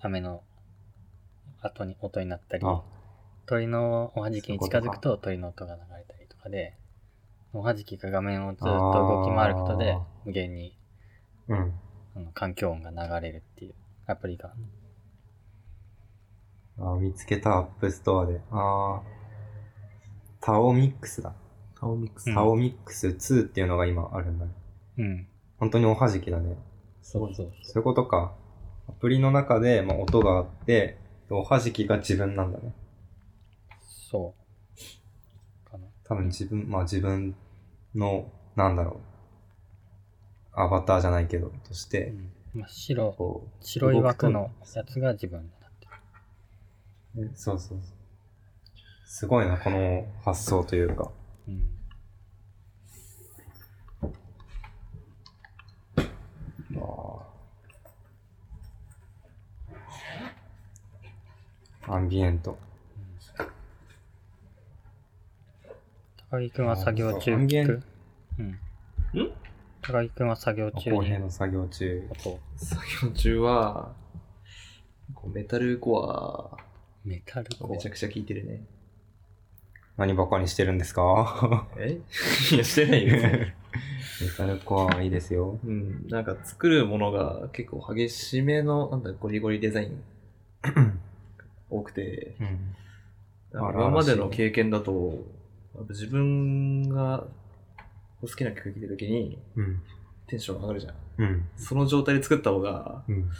Speaker 2: 雨の後に音になったり、
Speaker 1: あ、
Speaker 2: 鳥のおはじきに近づ
Speaker 1: そういうこ
Speaker 2: く
Speaker 1: と
Speaker 2: と鳥の音が流れたりとかで、おはじきが画面をずっと動き回ることで
Speaker 1: あー、
Speaker 2: 無限に
Speaker 1: うん。
Speaker 2: あの環境音が流れるっていうアプリが。
Speaker 1: あ、見つけた、アップストアで。あー。タオミックスだ。
Speaker 3: タオミック
Speaker 2: うん
Speaker 1: タオミックス2っていうのが今あるんだね。
Speaker 2: うん。
Speaker 1: 本当におはじきだね。
Speaker 2: そうそう
Speaker 1: そういうことか。アプリの中で、まあ、音があって、おはじきが自分なんだね。
Speaker 2: そう。かな。
Speaker 1: 多分自分、まあ自分の、なんだろう。アバターじゃないけど、とし
Speaker 2: う
Speaker 1: て、
Speaker 2: ん。まあ、白、
Speaker 1: こ
Speaker 2: 白い枠のやつが自分になってる。
Speaker 1: う、ねそうそうそう。すごいな、この発想というか。
Speaker 2: うん。
Speaker 1: アンビエント。
Speaker 2: 高木くんは作
Speaker 1: あ
Speaker 2: 業中
Speaker 1: ーそう
Speaker 2: 聞
Speaker 1: 音
Speaker 2: くうん。高木くんは作業中
Speaker 1: 公
Speaker 2: に
Speaker 1: 平の作業中。
Speaker 2: 音を
Speaker 3: 作業中は、こうメタルコ
Speaker 2: メタル
Speaker 3: ア、
Speaker 2: コ
Speaker 3: めちゃくちゃ聞いてるね。
Speaker 1: 何バカにしてるんですか
Speaker 3: えいや、してないよ。
Speaker 1: メタルコアはいいですよ。
Speaker 3: うん、なんか作るものが結構激しめの、なんだ、ゴリゴリデザイン多くて、
Speaker 1: うん。
Speaker 3: なん
Speaker 1: あ
Speaker 3: から今まで
Speaker 1: らし
Speaker 3: の
Speaker 1: いね
Speaker 3: 経験だと、やっぱ自分が好きな曲聴いた時に
Speaker 1: うん。
Speaker 3: テンション上がるじゃん。
Speaker 1: うん。
Speaker 3: その状態で作った方が、
Speaker 1: うん。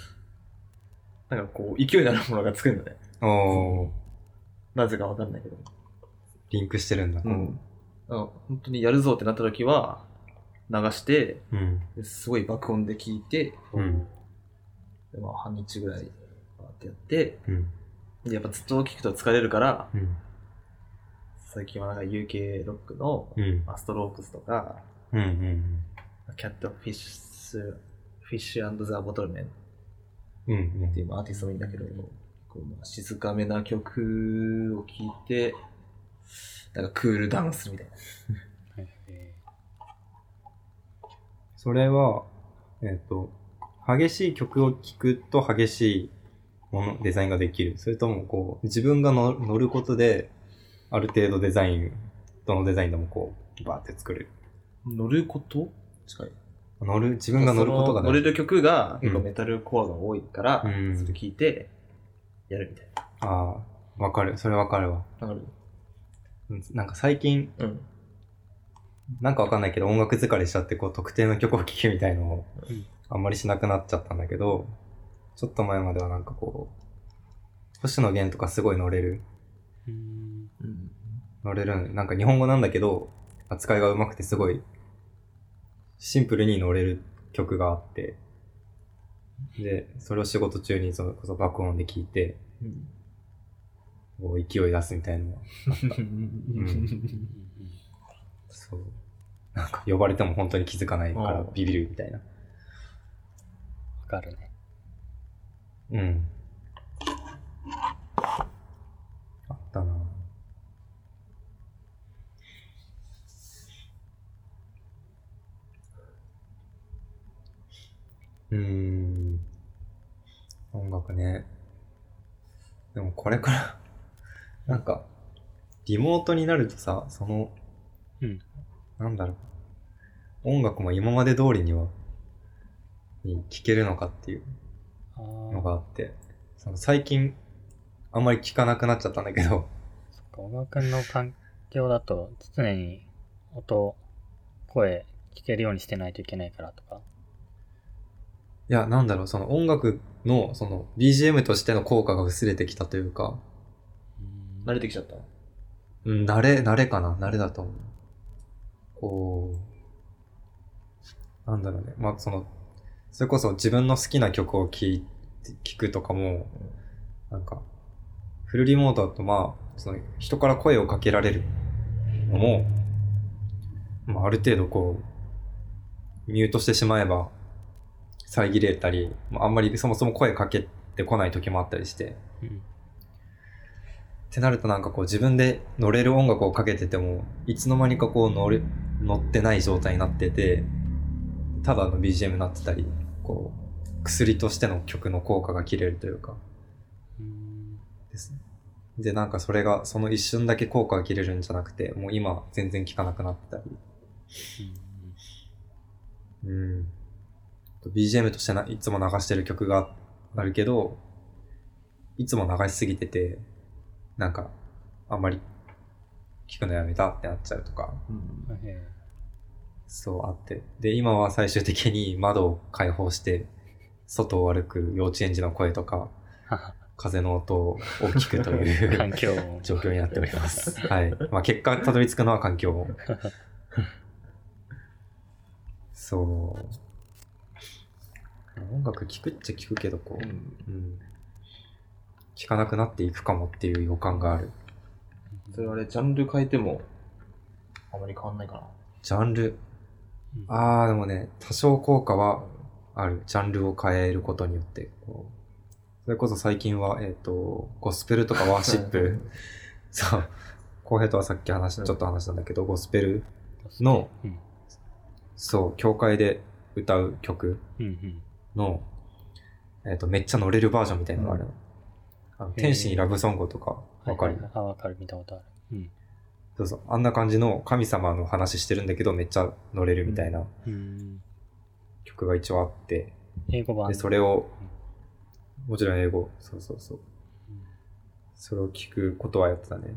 Speaker 3: なんかこう、勢いのあるものが作るんだね。
Speaker 1: おー、
Speaker 3: なぜかわかんないけど。
Speaker 1: リンクしてるんだ。
Speaker 3: うん。なんか本当にやるぞってなった時は、流して、
Speaker 1: うん。
Speaker 3: ですごい爆音で聴いて、
Speaker 1: うん。
Speaker 3: でまあ半日ぐらいバーってやって、
Speaker 1: うん。
Speaker 3: でやっぱずっと聴くと疲れるから、
Speaker 1: うん。
Speaker 3: 最近はなんか UK ロックの、
Speaker 1: うん。
Speaker 3: まあストロークスとか、
Speaker 1: うん。うん。
Speaker 3: キャットフィッシュ、フィッシュザ・ボトルメンっ
Speaker 1: うん。
Speaker 3: ていうまあアーティストもいいんだけど、こうまあ静かめな曲を聴いて、なんかクールダウンするみたいな。
Speaker 2: はいえ
Speaker 1: それは、えっ、と、激しい曲を聴くと激しいもの、デザインができる。それともこう、自分がの乗ることで、ある程度デザイン、どのデザインでもこう、バーって作れる。
Speaker 3: 乗ること近い。
Speaker 1: 乗る、自分が乗ることが
Speaker 3: 乗れ
Speaker 1: 大事。
Speaker 3: る曲が、
Speaker 1: うん
Speaker 3: 結構メタルコアが多いから、
Speaker 1: うん
Speaker 3: それ聞いて、やるみたい
Speaker 1: ああ、わかる。それわかるわ。
Speaker 3: な。わかる
Speaker 1: うんなんか最近、
Speaker 3: うん。
Speaker 1: なんかわかんないけど音楽疲れしちゃってこう特定の曲を聴くみたいのを
Speaker 2: うん
Speaker 1: あんまりしなくなっちゃったんだけど、ちょっと前まではなんかこう、星野源とかすごい乗れる。
Speaker 2: うん。
Speaker 3: うん。
Speaker 1: 乗れる。なんか日本語なんだけど、扱いが上手くてすごい、シンプルに乗れる曲があって、で、それを仕事中にそれこそ爆音で聴いて、
Speaker 3: うん。
Speaker 1: こう勢い出すみたいなのは、んそう。なんか呼ばれても本当に気づかないから
Speaker 3: あー
Speaker 1: ビビるみたいな。
Speaker 2: わかるね。
Speaker 1: うん。あったなぁうーん。音楽ね。でもこれから、 なんか、リモートになるとさ、その、
Speaker 2: うん
Speaker 1: なんだろう。音楽も今まで通りには、に聴けるのかっていう。
Speaker 2: あ
Speaker 1: の
Speaker 2: あ、
Speaker 1: があって、その最近、あんまり聞かなくなっちゃったんだけど、
Speaker 2: そっか、小川くんの環境だと、常に音、声、聞けるようにしてないといけないからとか。
Speaker 1: いや、なんだろう、その音楽の、その BGM としての効果が薄れてきたというか、
Speaker 3: 慣れてきちゃった。
Speaker 1: うん、慣れ、慣れかな、慣れだと思う。こう、なんだろうね、まあ、その、それこそ自分の好きな曲を聴いて、聴くとかも、なんか、フルリモートだとまあ、その人から声をかけられるのも、まあ、ある程度こう、ミュートしてしまえば、遮れたり、まあ、あんまりそもそも声かけてこない時もあったりして、
Speaker 2: うん。
Speaker 1: ってなるとなんかこう自分で乗れる音楽をかけてても、いつの間にかこう乗れ、乗ってない状態になってて、ただの BGM になってたり、こう、薬としての曲の効果が切れるというか、
Speaker 2: うん。
Speaker 1: ですね。で、なんかそれが、その一瞬だけ効果が切れるんじゃなくて、もう今全然効かなくなったり、うん。あと BGM としてないつも流してる曲があるけど、いつも流しすぎてて、なんか、あんまり聞くのやめたってなっちゃうとか、
Speaker 3: うん
Speaker 2: うん。え
Speaker 1: そうあって。で、今は最終的に窓を開放して、外を歩く幼稚園児の声とか、風の音を聞くとい
Speaker 2: え
Speaker 1: う
Speaker 2: 環境を。
Speaker 1: 状況になっております。はい。まあ結果、たどり着くのは環境音。そう。音楽聴くっちゃ聴くけど、こ
Speaker 3: う
Speaker 1: う、
Speaker 3: ん
Speaker 1: うん。聴かなくなっていくかもっていう予感がある。
Speaker 3: それはあれ、ジャンル変えても、あまり変わんないかな。
Speaker 1: ジャンル。
Speaker 2: うん
Speaker 1: あー、でもね、多少効果はある。ジャンルを変えることによって、こう。それこそ最近は、えっ、と、ゴスペルとかワーシップ。 そう。浩平とはさっき話し、ちょっと話したんだけど、ゴスペルの、
Speaker 2: うん。
Speaker 1: そう、教会で歌う曲
Speaker 2: うんうん。
Speaker 1: の、えっ、と、めっちゃ乗れるバージョンみたいなのがあるの。あの
Speaker 2: へー
Speaker 1: 天使にラブソングとか、わかる、
Speaker 2: はいはいはいあ、わかる。見たことある。うん。
Speaker 1: そうそう。あんな感じの神様の話してるんだけど、めっちゃ乗れるみたいな
Speaker 2: うん。
Speaker 1: 曲が一応あって、
Speaker 2: 英語版
Speaker 1: で、それを、もちろん英語、そうそうそう。
Speaker 2: うん
Speaker 1: それを聞くことはやってたね。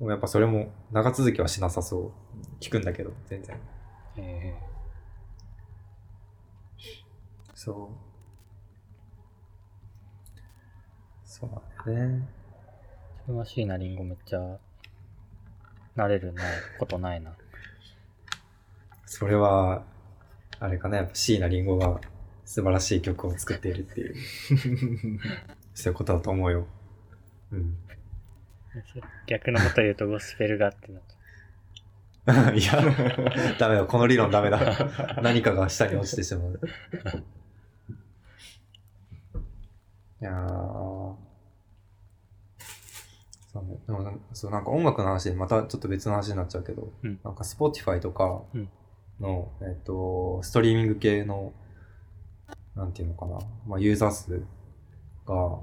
Speaker 1: でもやっぱそれも長続きはしなさそう。聞くんだけど、全然。
Speaker 2: え
Speaker 1: そう。そうなんだよね。
Speaker 2: え自分は椎名林檎めっちゃ、慣れるな、ことないな。
Speaker 1: それは、あれかな、やっぱ椎名林檎が素晴らしい曲を作っているっていう、そういうことだと思うよ。うん。
Speaker 2: 逆のこと言うとゴスペルがってなっち ゃ
Speaker 1: いや、ダメだ、この理論ダメだ。何かが下に落ちてしまう。いやーそうねでもなんそうなんか音楽の話でまたちょっと別の話になっちゃうけど、
Speaker 2: うん
Speaker 1: なんか Spotify とか
Speaker 2: うん
Speaker 1: の、えっとストリーミング系のなんていうのかな、まあ、ユーザー数が、も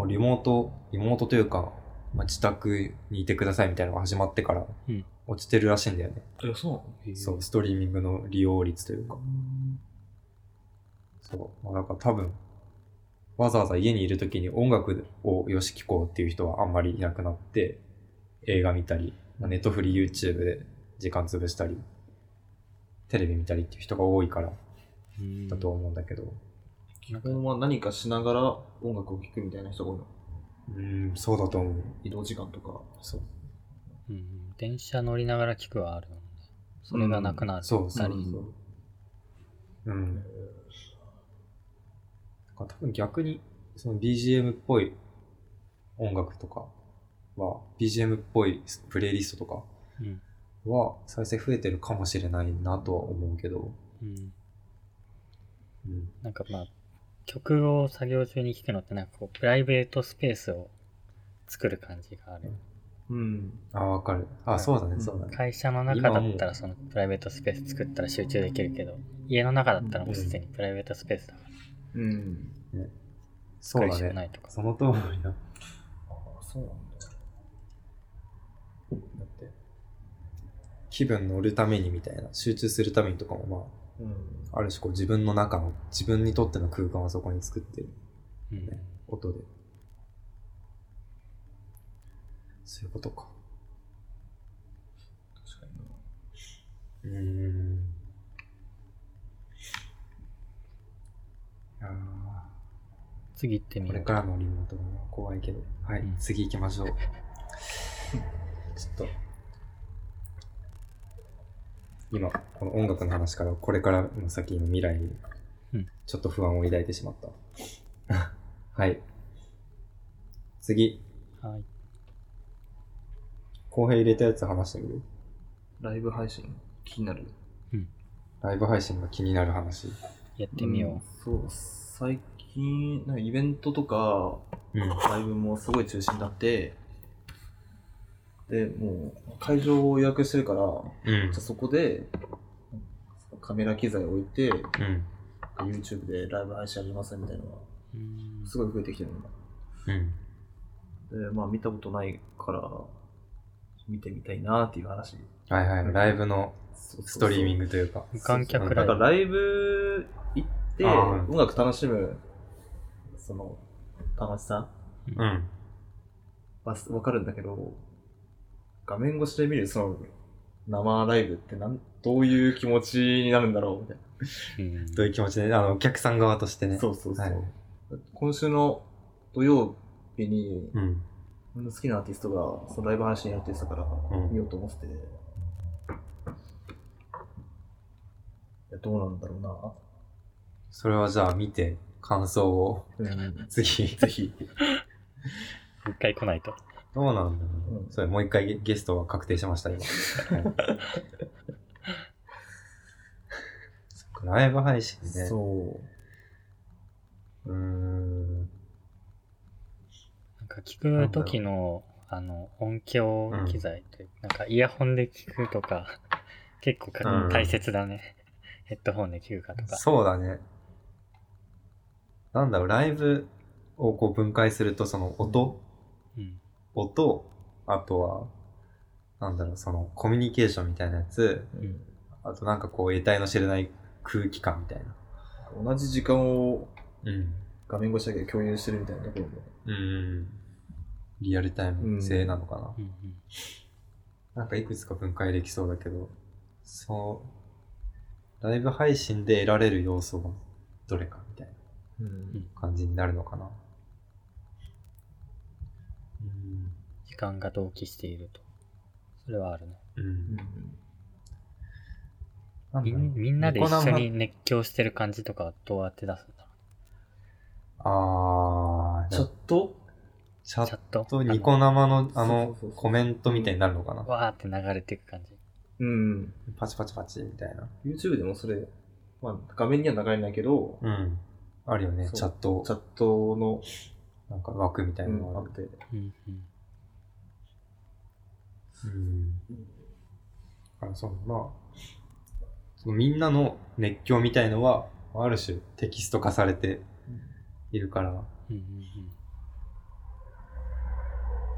Speaker 2: ん
Speaker 1: うリモート、リモートというか、まあ、自宅にいてくださいみたいなのが始まってから
Speaker 2: うん、
Speaker 1: 落ちてるらしいんだよね。
Speaker 3: え、そうなのへー
Speaker 1: そう、ストリーミングの利用率というか。そう、まあ、だから多分、わざわざ家にいるときに音楽をよし聴こうっていう人はあんまりいなくなって、映画見たり、まあ、ネットフリ、YouTube で時間潰したり、テレビ見たりっていう人が多いから
Speaker 2: うん
Speaker 1: だと思うんだけど、
Speaker 3: 基本は何かしながら音楽を聴くみたいな人が多いの。
Speaker 1: うん、そうだと思う。
Speaker 3: 移動時間とか。
Speaker 1: そう。
Speaker 2: うん、電車乗りながら聞くはあるもんね。それがなくなる。
Speaker 1: そうそう
Speaker 2: な
Speaker 1: そ
Speaker 2: り
Speaker 1: う。うん。だから多分逆に、その BGM っぽい音楽とかは、BGM っぽいプレイリストとか
Speaker 2: うん。
Speaker 1: は再生増えてるかもしれないなとは思うけど、
Speaker 2: うん。
Speaker 1: うん。
Speaker 2: なんかまあ、曲を作業中に聞くのってなんかこう、プライベートスペースを作る感じがある。
Speaker 3: うん。
Speaker 1: ああ、わかる。
Speaker 2: う
Speaker 1: あ、
Speaker 2: ん
Speaker 1: そうだ
Speaker 3: う
Speaker 1: ね、
Speaker 3: ん
Speaker 1: そうだね。
Speaker 2: 会社の中だったらそのプライベートスペース作ったら集中できるけど、家の中だったらもうすでにプライベートスペースだから、
Speaker 3: うん。
Speaker 1: そ
Speaker 2: 作
Speaker 1: う
Speaker 2: る
Speaker 1: だ
Speaker 2: 必要な
Speaker 1: ね。
Speaker 2: いとか。
Speaker 1: その通りだ。
Speaker 3: ああ、そうなんだ。
Speaker 1: だって、気分乗るためにみたいな、集中するためにとかもまあ、
Speaker 3: うん。
Speaker 1: ある種こう自分の中の、自分にとっての空間をそこに作ってる、
Speaker 2: うん
Speaker 1: ね、音で。そういうことか。
Speaker 3: 確かにな。
Speaker 1: うーん。いやー
Speaker 2: 次行ってみ
Speaker 1: こ
Speaker 2: よ
Speaker 1: れ
Speaker 2: う。
Speaker 1: からのリモートが怖いけど。はい、
Speaker 2: うん
Speaker 1: 次行きましょう。ちょっと。今、この音楽の話から、これからの先の未来に
Speaker 2: うん、
Speaker 1: ちょっと不安を抱いてしまった。 はい。次、
Speaker 2: はい。
Speaker 1: 公平入れたやつ話してみる
Speaker 3: ライブ配信気になる。
Speaker 1: ライブ配信が気になる話。
Speaker 2: やってみよ
Speaker 3: うん。そう、最近、なんかイベントとか、
Speaker 1: うん。
Speaker 3: ライブもすごい中止になって、で、もう会場を予約してるから、
Speaker 1: うん
Speaker 3: じゃあそこで、カメラ機材を置いて、
Speaker 1: うん。
Speaker 3: YouTube でライブ配信ありますみたいなのが、
Speaker 2: う。うん
Speaker 3: すごい増えてきてるの今
Speaker 1: うん。
Speaker 3: で、まあ見たことないから、見てみたいなっていう話。
Speaker 1: はいはい。ライブのストリーミン
Speaker 3: グ。
Speaker 1: グというか。
Speaker 2: 無観客ラ
Speaker 3: だ
Speaker 2: イ
Speaker 3: か
Speaker 2: ブ。
Speaker 3: らライブ行って、
Speaker 1: あー
Speaker 3: 音楽楽しむ、その、楽しさ
Speaker 1: うん。
Speaker 3: はわかるんだけど、画面越しで見るその、生ライブってなん、どういう気持ちになるんだろうみたい
Speaker 2: うん
Speaker 1: どういう気持ちで、あの、お客さん側としてね。
Speaker 3: な。そうそうそう。
Speaker 1: はい
Speaker 3: 今週の土曜日に、
Speaker 1: うん。
Speaker 3: 俺の好きなアーティストがそのライブ配信やってたから
Speaker 1: うん
Speaker 3: 見ようと思ってて、いやどうなんだろ
Speaker 1: それはじゃあ見て、感想を。
Speaker 3: うな、うん、
Speaker 1: 次。
Speaker 3: ぜひ
Speaker 2: 一回来ないと。
Speaker 1: どうなんだろう、
Speaker 3: うん
Speaker 1: それ、もう一回ゲゲストは確定しました、今。はい そっかライブ配信ね。。
Speaker 3: そう
Speaker 1: うーん。
Speaker 2: なんか聞く時の、あの、音響機材という、なんかイヤホンで聞くとか、 結構か
Speaker 1: うん
Speaker 2: 大切だね。 ヘッドホンで聞くかとか。
Speaker 1: そうだね。なんだろう、ライブをこう分解すると、その音、
Speaker 2: うん。
Speaker 1: 音、あとは、なんだろう、そのコミュニケーションみたいなやつ、
Speaker 3: う、
Speaker 1: あとなんかこう、得体の知れない空気感みたいな。
Speaker 3: ん同じ時間を
Speaker 1: うん。
Speaker 3: 画面越しだけど共有してるみたいなところも
Speaker 1: うん。リアルタイム性なのかな。
Speaker 2: うんうん。
Speaker 1: なんかいくつか分解できそうだけど、そう、ライブ配信で得られる要素がどれかみたい
Speaker 3: うん
Speaker 1: な感じになるのかな。うん。
Speaker 2: 時間が同期していると。それはあるね。
Speaker 1: うん。な
Speaker 2: み
Speaker 1: だろうん
Speaker 2: みんなで一
Speaker 1: ニコ
Speaker 2: 緒
Speaker 1: 生
Speaker 2: に熱狂してる感じとかはどうやって出すんだろ
Speaker 1: あー、
Speaker 3: チャット
Speaker 1: チャ
Speaker 2: う
Speaker 1: ッ
Speaker 2: チャット
Speaker 1: ト、ニコ生のあの
Speaker 3: そうそうそうそう
Speaker 1: コメントみたいになるのか
Speaker 2: あ
Speaker 1: な
Speaker 2: の。わーって流れていく感じ。
Speaker 3: うん
Speaker 1: パチパチパチみたいな。
Speaker 3: YouTube でもそれ、まあ、画面には流れないけど、
Speaker 1: うん。あるよね
Speaker 3: そ、う
Speaker 1: チャット
Speaker 3: チ、ャットの、、
Speaker 1: なんか枠みたいうなんの
Speaker 3: あ
Speaker 1: がある
Speaker 3: っ。て
Speaker 2: うんうん。
Speaker 1: うん。だからそのまあ、そのみんなの熱狂みたいのは、ある種テキスト化されているから、
Speaker 2: うんうんうん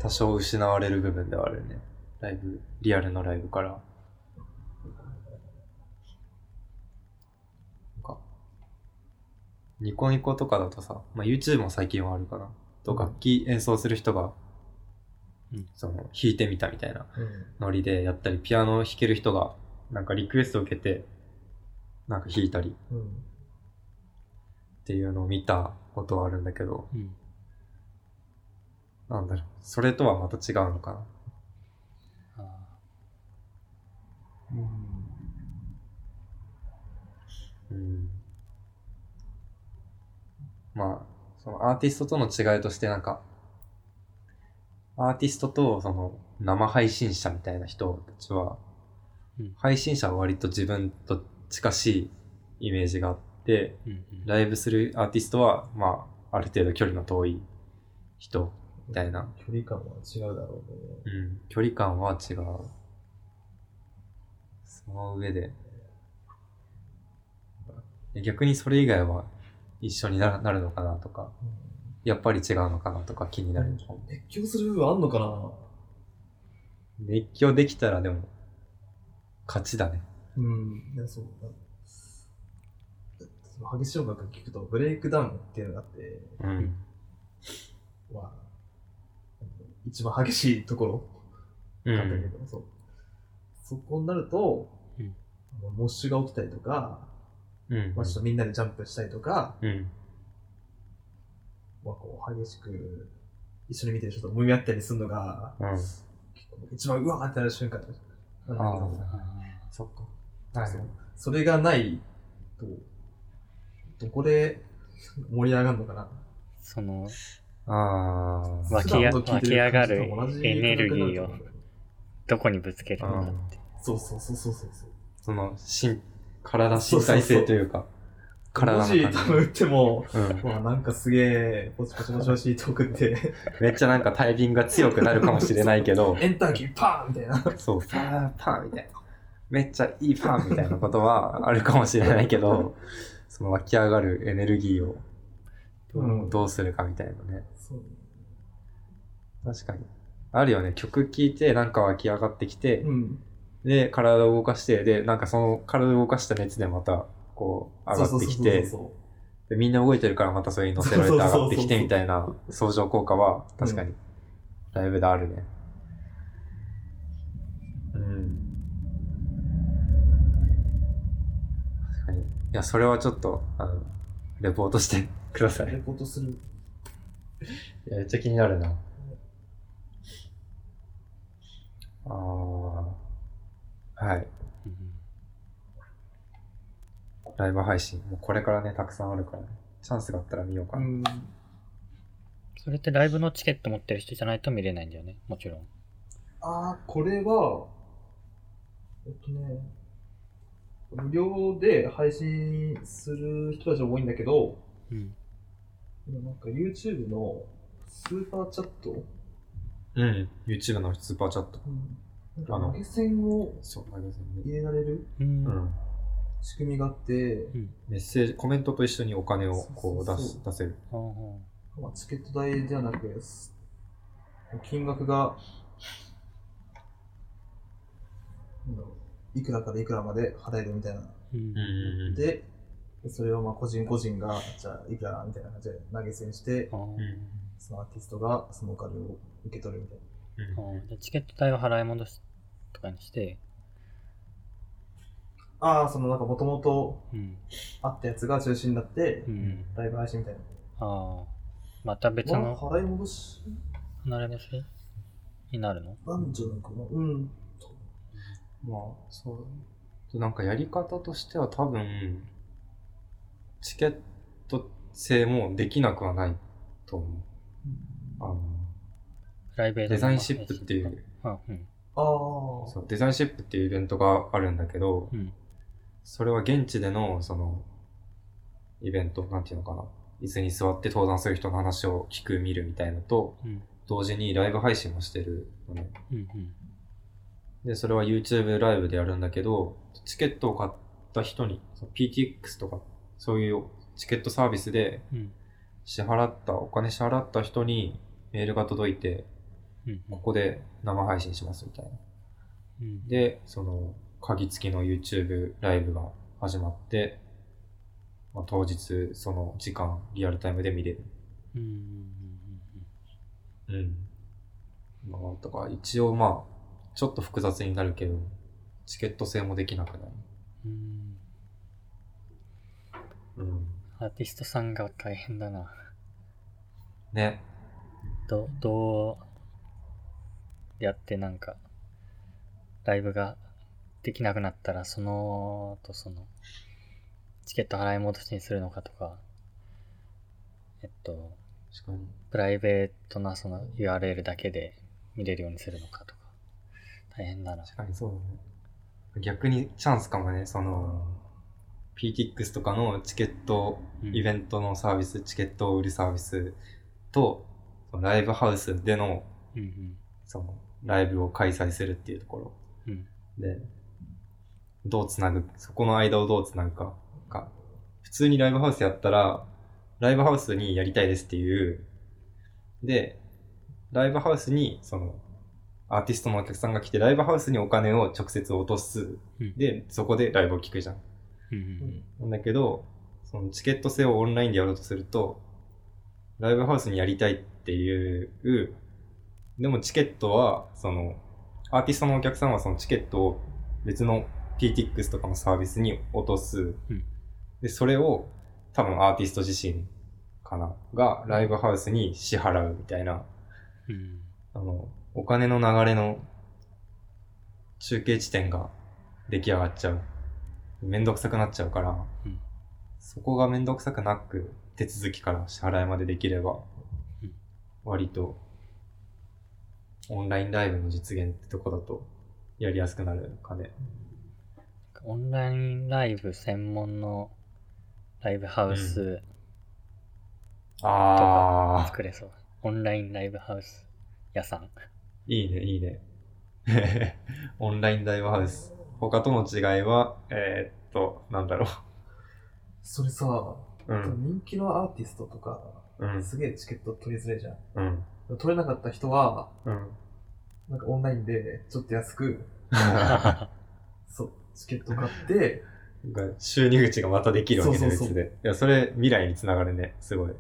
Speaker 1: 多少失われる部分ではあるよね。ライブ、リアルのライブから。なんか、ニコニコとかだとさ、まあ、YouTube も最近はあるかな。と楽器演奏する人が、
Speaker 2: うん
Speaker 1: その、弾いてみたみたいなノリでやったり、ピアノを弾ける人が、なんかリクエストを受けて、なんか弾いたり
Speaker 4: うん。うん。
Speaker 1: っていうのを見たことはあるんだけど、
Speaker 2: うん
Speaker 1: なんだろう、それとはまた違うのかな。
Speaker 2: あ
Speaker 1: うんまあ、そのアーティストとの違いとしてなんか、アーティストとその生配信者みたいな人たちは、
Speaker 2: うん
Speaker 1: 配信者は割と自分と近しいイメージがあって、
Speaker 2: ーうんうん
Speaker 1: ライブするアーティストは、まあ、ある程度距離の遠い人みたいな。
Speaker 3: 距離感は違うだろうね。
Speaker 1: うん、距離感は違う。その上で。逆にそれ以外は一緒にななるのかなとか、やっぱり違うのかなとか気になる。
Speaker 3: 熱狂する部分あんのかな
Speaker 1: 熱狂できたらでも、勝ちだね。
Speaker 3: うん。いや、そうだ。その激しい音楽聴くと、ブレイクダウンっていうのがあって、
Speaker 1: うん。
Speaker 3: は、一番激しいところ
Speaker 1: う
Speaker 3: なんだけ
Speaker 1: ん。
Speaker 3: ど、そう。そこになると、
Speaker 2: うん
Speaker 3: もうモッシュが起きたりとか、
Speaker 1: うん
Speaker 3: まあ、ちょっとみんなでジャンプしたりとか、
Speaker 1: うん。
Speaker 3: まあ、こう、激しく、一緒に見てる人と揉み合ったりするのが、
Speaker 1: うん。
Speaker 3: 結構一番うわーってなる瞬間なんだけど
Speaker 1: あ
Speaker 2: あ
Speaker 1: そっか。はい
Speaker 3: そう。それがないと、どこで盛り上がるのかな。
Speaker 2: ーその
Speaker 1: あー
Speaker 2: わ湧きや湧き上がるエネルギーを
Speaker 3: を。
Speaker 2: どこにぶつけるのかって
Speaker 3: そうそうそうそうそうそう。
Speaker 1: その、身、体身体性というか、体
Speaker 3: もし
Speaker 1: の
Speaker 3: 多
Speaker 1: 感
Speaker 3: 分打っても、
Speaker 1: じ。うん。
Speaker 3: わあなんかすげえ、ポチポチポチポチと送って、
Speaker 1: めっちゃなんかタイミングが強くなるかもしれないけ ど、
Speaker 3: エンターキーパーンみたいな。
Speaker 1: そう、パーパーみたいな。めっちゃいいパーみたいなことはあるかもしれないけど、その湧き上がるエネルギーを
Speaker 3: うん
Speaker 1: どうするかみたいなね。
Speaker 3: そう
Speaker 1: 確かに。あるよね。曲聴いてなんか湧き上がってきて、
Speaker 3: うん。
Speaker 1: で、体を動かして、で、なんかその体を動かした熱でまた、こう、上がってきて、
Speaker 3: そう
Speaker 1: でみんな動いてるからまたそれに乗せられて上がってきてみたいな相乗効果は確かにライブであるね。うん。確かに。いや、それはちょっと、あの、レポートしてください。
Speaker 3: レポートする。
Speaker 1: いやめっちゃ気になるな。ああ。はい。
Speaker 2: うん
Speaker 1: ライブ配信。もうこれからね、たくさんあるからね。チャンスがあったら見ようか
Speaker 3: う
Speaker 1: な。
Speaker 3: ん。
Speaker 2: それってライブのチケット持ってる人じゃないと見れないんだよねもちろん
Speaker 3: ああ、これは、えっとね、無料で配信する人たちが多いんだけど、
Speaker 2: うん
Speaker 3: 今なんか YouTube のスーパーチャット、
Speaker 1: うん。YouTube のスーパーチャット。
Speaker 3: うん、
Speaker 1: あ
Speaker 3: な
Speaker 1: の
Speaker 3: んか投げ銭を
Speaker 1: そう、ありませんね。
Speaker 3: 入れられる
Speaker 2: うん
Speaker 1: うん、
Speaker 3: 仕組みがあって、
Speaker 1: メッセージ、コメントと一緒にお金をこう
Speaker 3: そう
Speaker 1: 出
Speaker 3: そうそう
Speaker 1: す、出せる。
Speaker 2: あー
Speaker 3: まあ、チケット代ではなく、す金額が、なんだろういくらからいくらまで払えるみたいな。
Speaker 2: うん
Speaker 1: ん
Speaker 3: で、それをまあ個人個人が、じゃあいくらみたいな感じで投げ銭して
Speaker 2: あ、ー
Speaker 3: そのアーティストがそのお金を受け取るみたいな。
Speaker 2: あーじゃあチケット代を払い戻しとかにして、
Speaker 3: ああ、そのなんかもともと
Speaker 2: うん
Speaker 3: あったやつが中心になって
Speaker 2: う、ん、
Speaker 3: ライブ配信みたいな。
Speaker 2: ああまた別
Speaker 3: まあ
Speaker 2: の
Speaker 3: 払い戻し
Speaker 2: 離れしになるの
Speaker 3: なんじゃないかな。うん。
Speaker 1: まあ、そうで。なんかやり方としては多分、チケット制もできなくはないと思う。あの、
Speaker 2: プライベート
Speaker 1: デザインシップってい
Speaker 2: 配信
Speaker 1: う、
Speaker 2: とかあうん
Speaker 3: ああ。
Speaker 1: そう、デザインシップっていうイベントがあるんだけど
Speaker 2: う、ん
Speaker 1: それは現地での、その、イベント、なんていうのかな。椅子に座って登壇する人の話を聞く、見るみたいのと、
Speaker 2: うん
Speaker 1: 同時にライブ配信もしてるのね。
Speaker 2: うん
Speaker 1: で、それは YouTube ライブでやるんだけど、チケットを買った人に、その PTX とかそういうチケットサービスで
Speaker 2: うん。
Speaker 1: 支払った、お金支払った人にメールが届いて、
Speaker 2: うん。
Speaker 1: ここで生配信しますみたいな。
Speaker 2: うん、
Speaker 1: で、その、鍵付きの YouTube ライブが始まって、まあ、当日、その時間、リアルタイムで見れる。
Speaker 2: うんうんうんうん
Speaker 1: うん。まあ、とか、一応まあ、ちょっと複雑になるけど、チケット制もできなくなる。
Speaker 2: うん、うん。
Speaker 1: うん。
Speaker 2: アーティストさんが大変だな。
Speaker 1: ね。
Speaker 2: ど、どうやってなんか、ライブができなくなったら、その後その、チケット払い戻しにするのかとか、えっと、
Speaker 1: 確かに。
Speaker 2: プライベートなその URL だけで見れるようにするのかとか、大変だな。
Speaker 1: 確かにそうだね。逆にチャンスかもね、その、PTX とかのチケット、
Speaker 2: うん
Speaker 1: イベントのサービス、チケットを売るサービスと、そのライブハウスでの、
Speaker 2: うん
Speaker 1: その、ライブを開催するっていうところ
Speaker 2: うん。うん。
Speaker 1: で、どうつなぐ、そこの間をどうつなぐかか。普通にライブハウスやったら、ライブハウスにやりたいですっていう。で、ライブハウスに、その、アーティストのお客さんが来て、ライブハウスにお金を直接落とす。
Speaker 2: うん、
Speaker 1: で、そこでライブを聞くじゃん。
Speaker 2: うんうん
Speaker 1: なんだけど、そのチケット制をオンラインでやろうとすると、ライブハウスにやりたいっていう、でもチケットは、その、アーティストのお客さんはそのチケットを別の PTX とかのサービスに落とす。
Speaker 2: うん
Speaker 1: で、それを多分アーティスト自身かな、がライブハウスに支払うみたいな、
Speaker 2: うん。うん。
Speaker 1: あの、お金の流れの中継地点が出来上がっちゃう。めんどくさくなっちゃうから、
Speaker 2: うん
Speaker 1: そこがめんどくさくなく、手続きから支払いまでできれば、
Speaker 2: うん
Speaker 1: 割と、オンラインライブの実現ってとこだと、やりやすくなるかね。
Speaker 2: オンラインライブ専門のライブハウス
Speaker 1: あ
Speaker 2: 作れそう。オンラインライブハウス屋さん。
Speaker 1: ー、いいね、いいね。 オンラインライブハウス。他との違いは、えーっと、なんだろ
Speaker 5: それさ、
Speaker 1: う。うん、
Speaker 5: 人気のアーティストとか、
Speaker 1: うん、
Speaker 5: すげえチケット取りづらいじゃん。
Speaker 1: うん、
Speaker 5: 取れなかった人は、
Speaker 1: うん。
Speaker 5: なんかオンラインでちょっと安く、
Speaker 2: あ
Speaker 5: そう、チケット買って、
Speaker 1: が収入口がまたできるわけで
Speaker 5: そう
Speaker 1: 別
Speaker 5: そうそう
Speaker 1: で。いや、それ未来につながるね。すごい。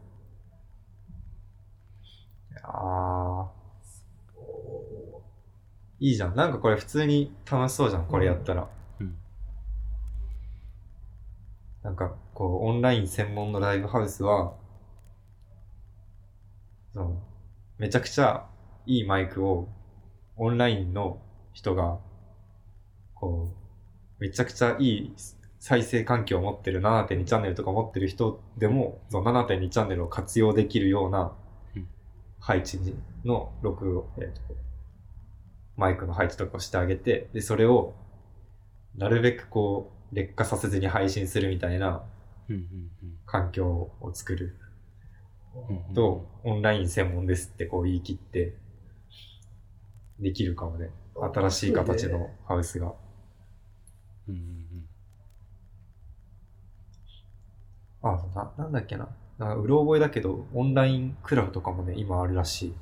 Speaker 1: ああ、
Speaker 5: お
Speaker 1: いいじゃん。なんかこれ普通に楽しそうじゃん。これやったら。
Speaker 2: うん
Speaker 1: なんか、こう、オンライン専門のライブハウスは、その、めちゃくちゃいいマイクを、オンラインの人が、こう、めちゃくちゃいい再生環境を持ってる7.2チャンネルとか持ってる人でも、その7.2チャンネルを活用できるような
Speaker 2: うん
Speaker 1: 配置にの録音、えーとマイクの配置とかをしてあげて、で、それを、なるべくこう、劣化させずに配信するみたいな
Speaker 2: うんうんうん
Speaker 1: 環境を作る
Speaker 2: うんうん
Speaker 1: と、オンライン専門ですってこう言い切って、できるかもね。 新しい形のハウスが。
Speaker 2: うんうん
Speaker 1: あ、な、なんだっけな。なんかうろ覚えだけど、オンラインクラブとかもね、今あるらしい。
Speaker 2: うん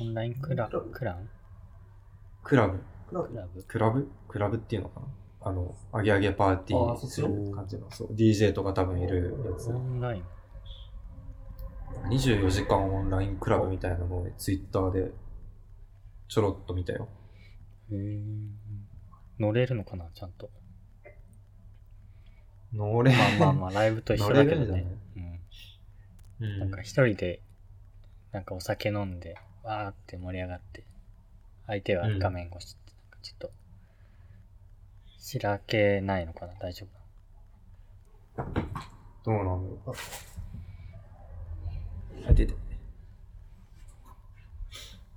Speaker 2: オンラインクラ
Speaker 5: クラブ
Speaker 2: クラン
Speaker 1: クラブ
Speaker 5: クラ
Speaker 2: クラブ
Speaker 1: クラブクラブっていうのかなあの、アゲアゲパーティ
Speaker 5: あー
Speaker 1: ー
Speaker 5: そっち
Speaker 1: す
Speaker 5: の
Speaker 1: る感じの、そう、DJ とか多分いるやつ
Speaker 2: オ。ンライン
Speaker 1: 24時間オンラインクラブみたいなのをツイッターでちょろっと見たよ。
Speaker 2: へー乗れるのかなちゃんと。
Speaker 1: 乗れ
Speaker 2: まあまあまあ、ライブと一緒だけど
Speaker 1: 乗れる
Speaker 2: ね
Speaker 1: んじ。う
Speaker 2: うんん。なんか一人で、なんかお酒飲んで、わーって盛り上がって、相手は画面越しって、なんかちょっと、しらけないのかな大丈夫
Speaker 1: どうなんだろう。あ、出て。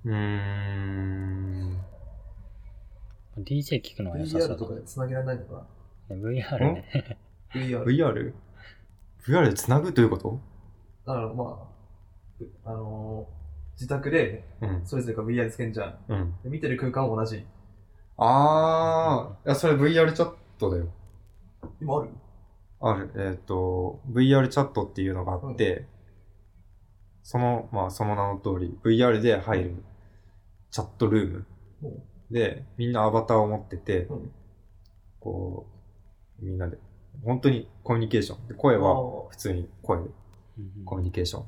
Speaker 1: うーん。
Speaker 2: DJ 聞くのは良さそ
Speaker 5: VR
Speaker 2: う
Speaker 5: とか
Speaker 2: だ
Speaker 5: で
Speaker 2: ね。
Speaker 5: 繋げられないのかな
Speaker 2: VR
Speaker 1: ん
Speaker 2: ね。
Speaker 5: ?VR。
Speaker 1: VR?VR で繋ぐということ
Speaker 5: だからまあ、あのー、自宅で
Speaker 1: うん。
Speaker 5: それぞれが VR つけんじゃん。
Speaker 1: うん。
Speaker 5: で見てる空間は同じ。
Speaker 1: あー、いや、それ VR チャットだよ。
Speaker 5: 今ある
Speaker 1: ある、えっ、と、VR チャットっていうのがあって、その、まあ、その名の通り、VR で入るチャットルーム
Speaker 5: うん
Speaker 1: で、みんなアバターを持ってて、
Speaker 5: うん
Speaker 1: こう、みんなで、本当にコミュニケーション。で声は
Speaker 5: あ
Speaker 1: 普通に声で
Speaker 2: うん
Speaker 1: コミュニケーション。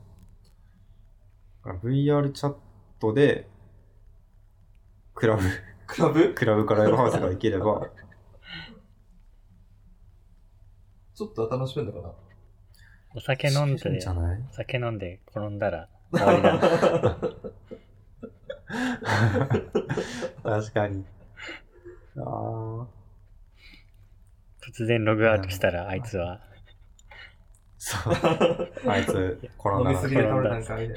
Speaker 1: だから VR チャットで、クラブ、
Speaker 3: クラブ
Speaker 1: クラブかライブハウスができれば、
Speaker 5: ーちょっとは楽しめるのかな
Speaker 2: お酒飲 んで、
Speaker 1: じゃない
Speaker 2: お酒飲んで転んだら終わりだ。
Speaker 1: 確かに。ああ、
Speaker 2: 突然ログアウトしたらあいつは、
Speaker 1: そう。あいつ、コロ
Speaker 5: 飲
Speaker 1: ナ
Speaker 5: み
Speaker 1: だ
Speaker 5: す
Speaker 1: で
Speaker 5: ぎで倒れたんかみたい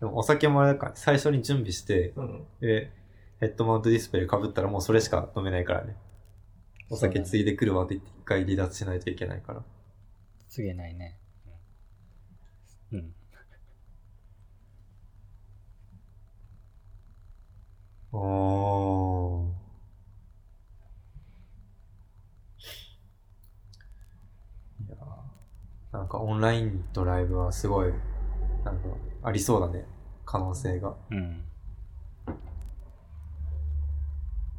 Speaker 5: な。
Speaker 1: もお酒もあれだから、最初に準備して、
Speaker 5: うん。
Speaker 1: で、ヘッドマウントディスプレイ被ったらもうそれしか飲めないからね。お酒ついでくるわって言って一回離脱しないといけないから。
Speaker 2: つげないね。うんうん。
Speaker 1: おー。いやーなんかオンラインとライブはすごい、なんかありそうだね。可能性が。
Speaker 2: うん。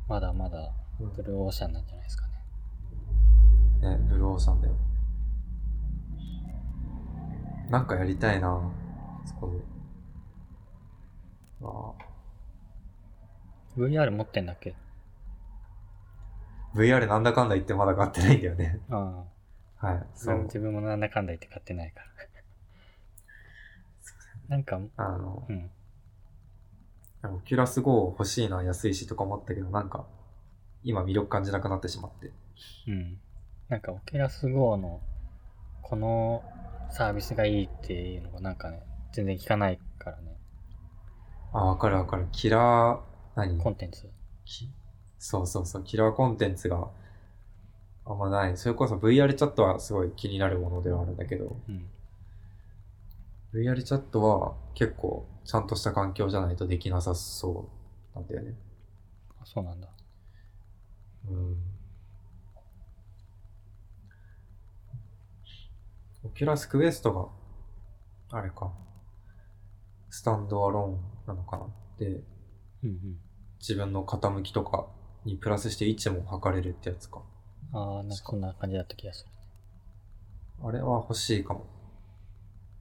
Speaker 2: まだまだ、ブルーオーシャンなんじゃないですかね。
Speaker 1: ね、ブルーオーシャンだよ。なんかやりたいなそこで。あ
Speaker 2: VR 持ってんだっけ
Speaker 1: ー VR なんだかんだ言ってまだ買ってないんだよね。
Speaker 2: ああ。
Speaker 1: はい。そう。
Speaker 2: 自分もなんだかんだ言って買ってないから。なんか、
Speaker 1: あの、
Speaker 2: うん。
Speaker 1: オキュラス GO 欲しいな、安いしとか思ったけど、なんか、今魅力感じなくなってしまって。
Speaker 2: うん。なんか、オキュラス GO の、このサービスがいいっていうのが、なんかね、全然聞かないからね。
Speaker 1: あ、わかるわかる。キラー、何
Speaker 2: コンテンツ。
Speaker 1: きそうそうそう、キラーコンテンツがあんまない。それこそ VR チャットはすごい気になるものではあるんだけど、
Speaker 2: うん。
Speaker 1: VR チャットは結構ちゃんとした環境じゃないとできなさそうなんだよね。
Speaker 2: あそうなんだ。
Speaker 1: うん。オキュラスクエストが、あれか、スタンドアローンなのかなで、
Speaker 2: うんうん。
Speaker 1: 自分の傾きとかにプラスして位置も測れるってやつか。
Speaker 2: ああ、なんかこんな感じだった気がする。
Speaker 1: あれは欲しいかも。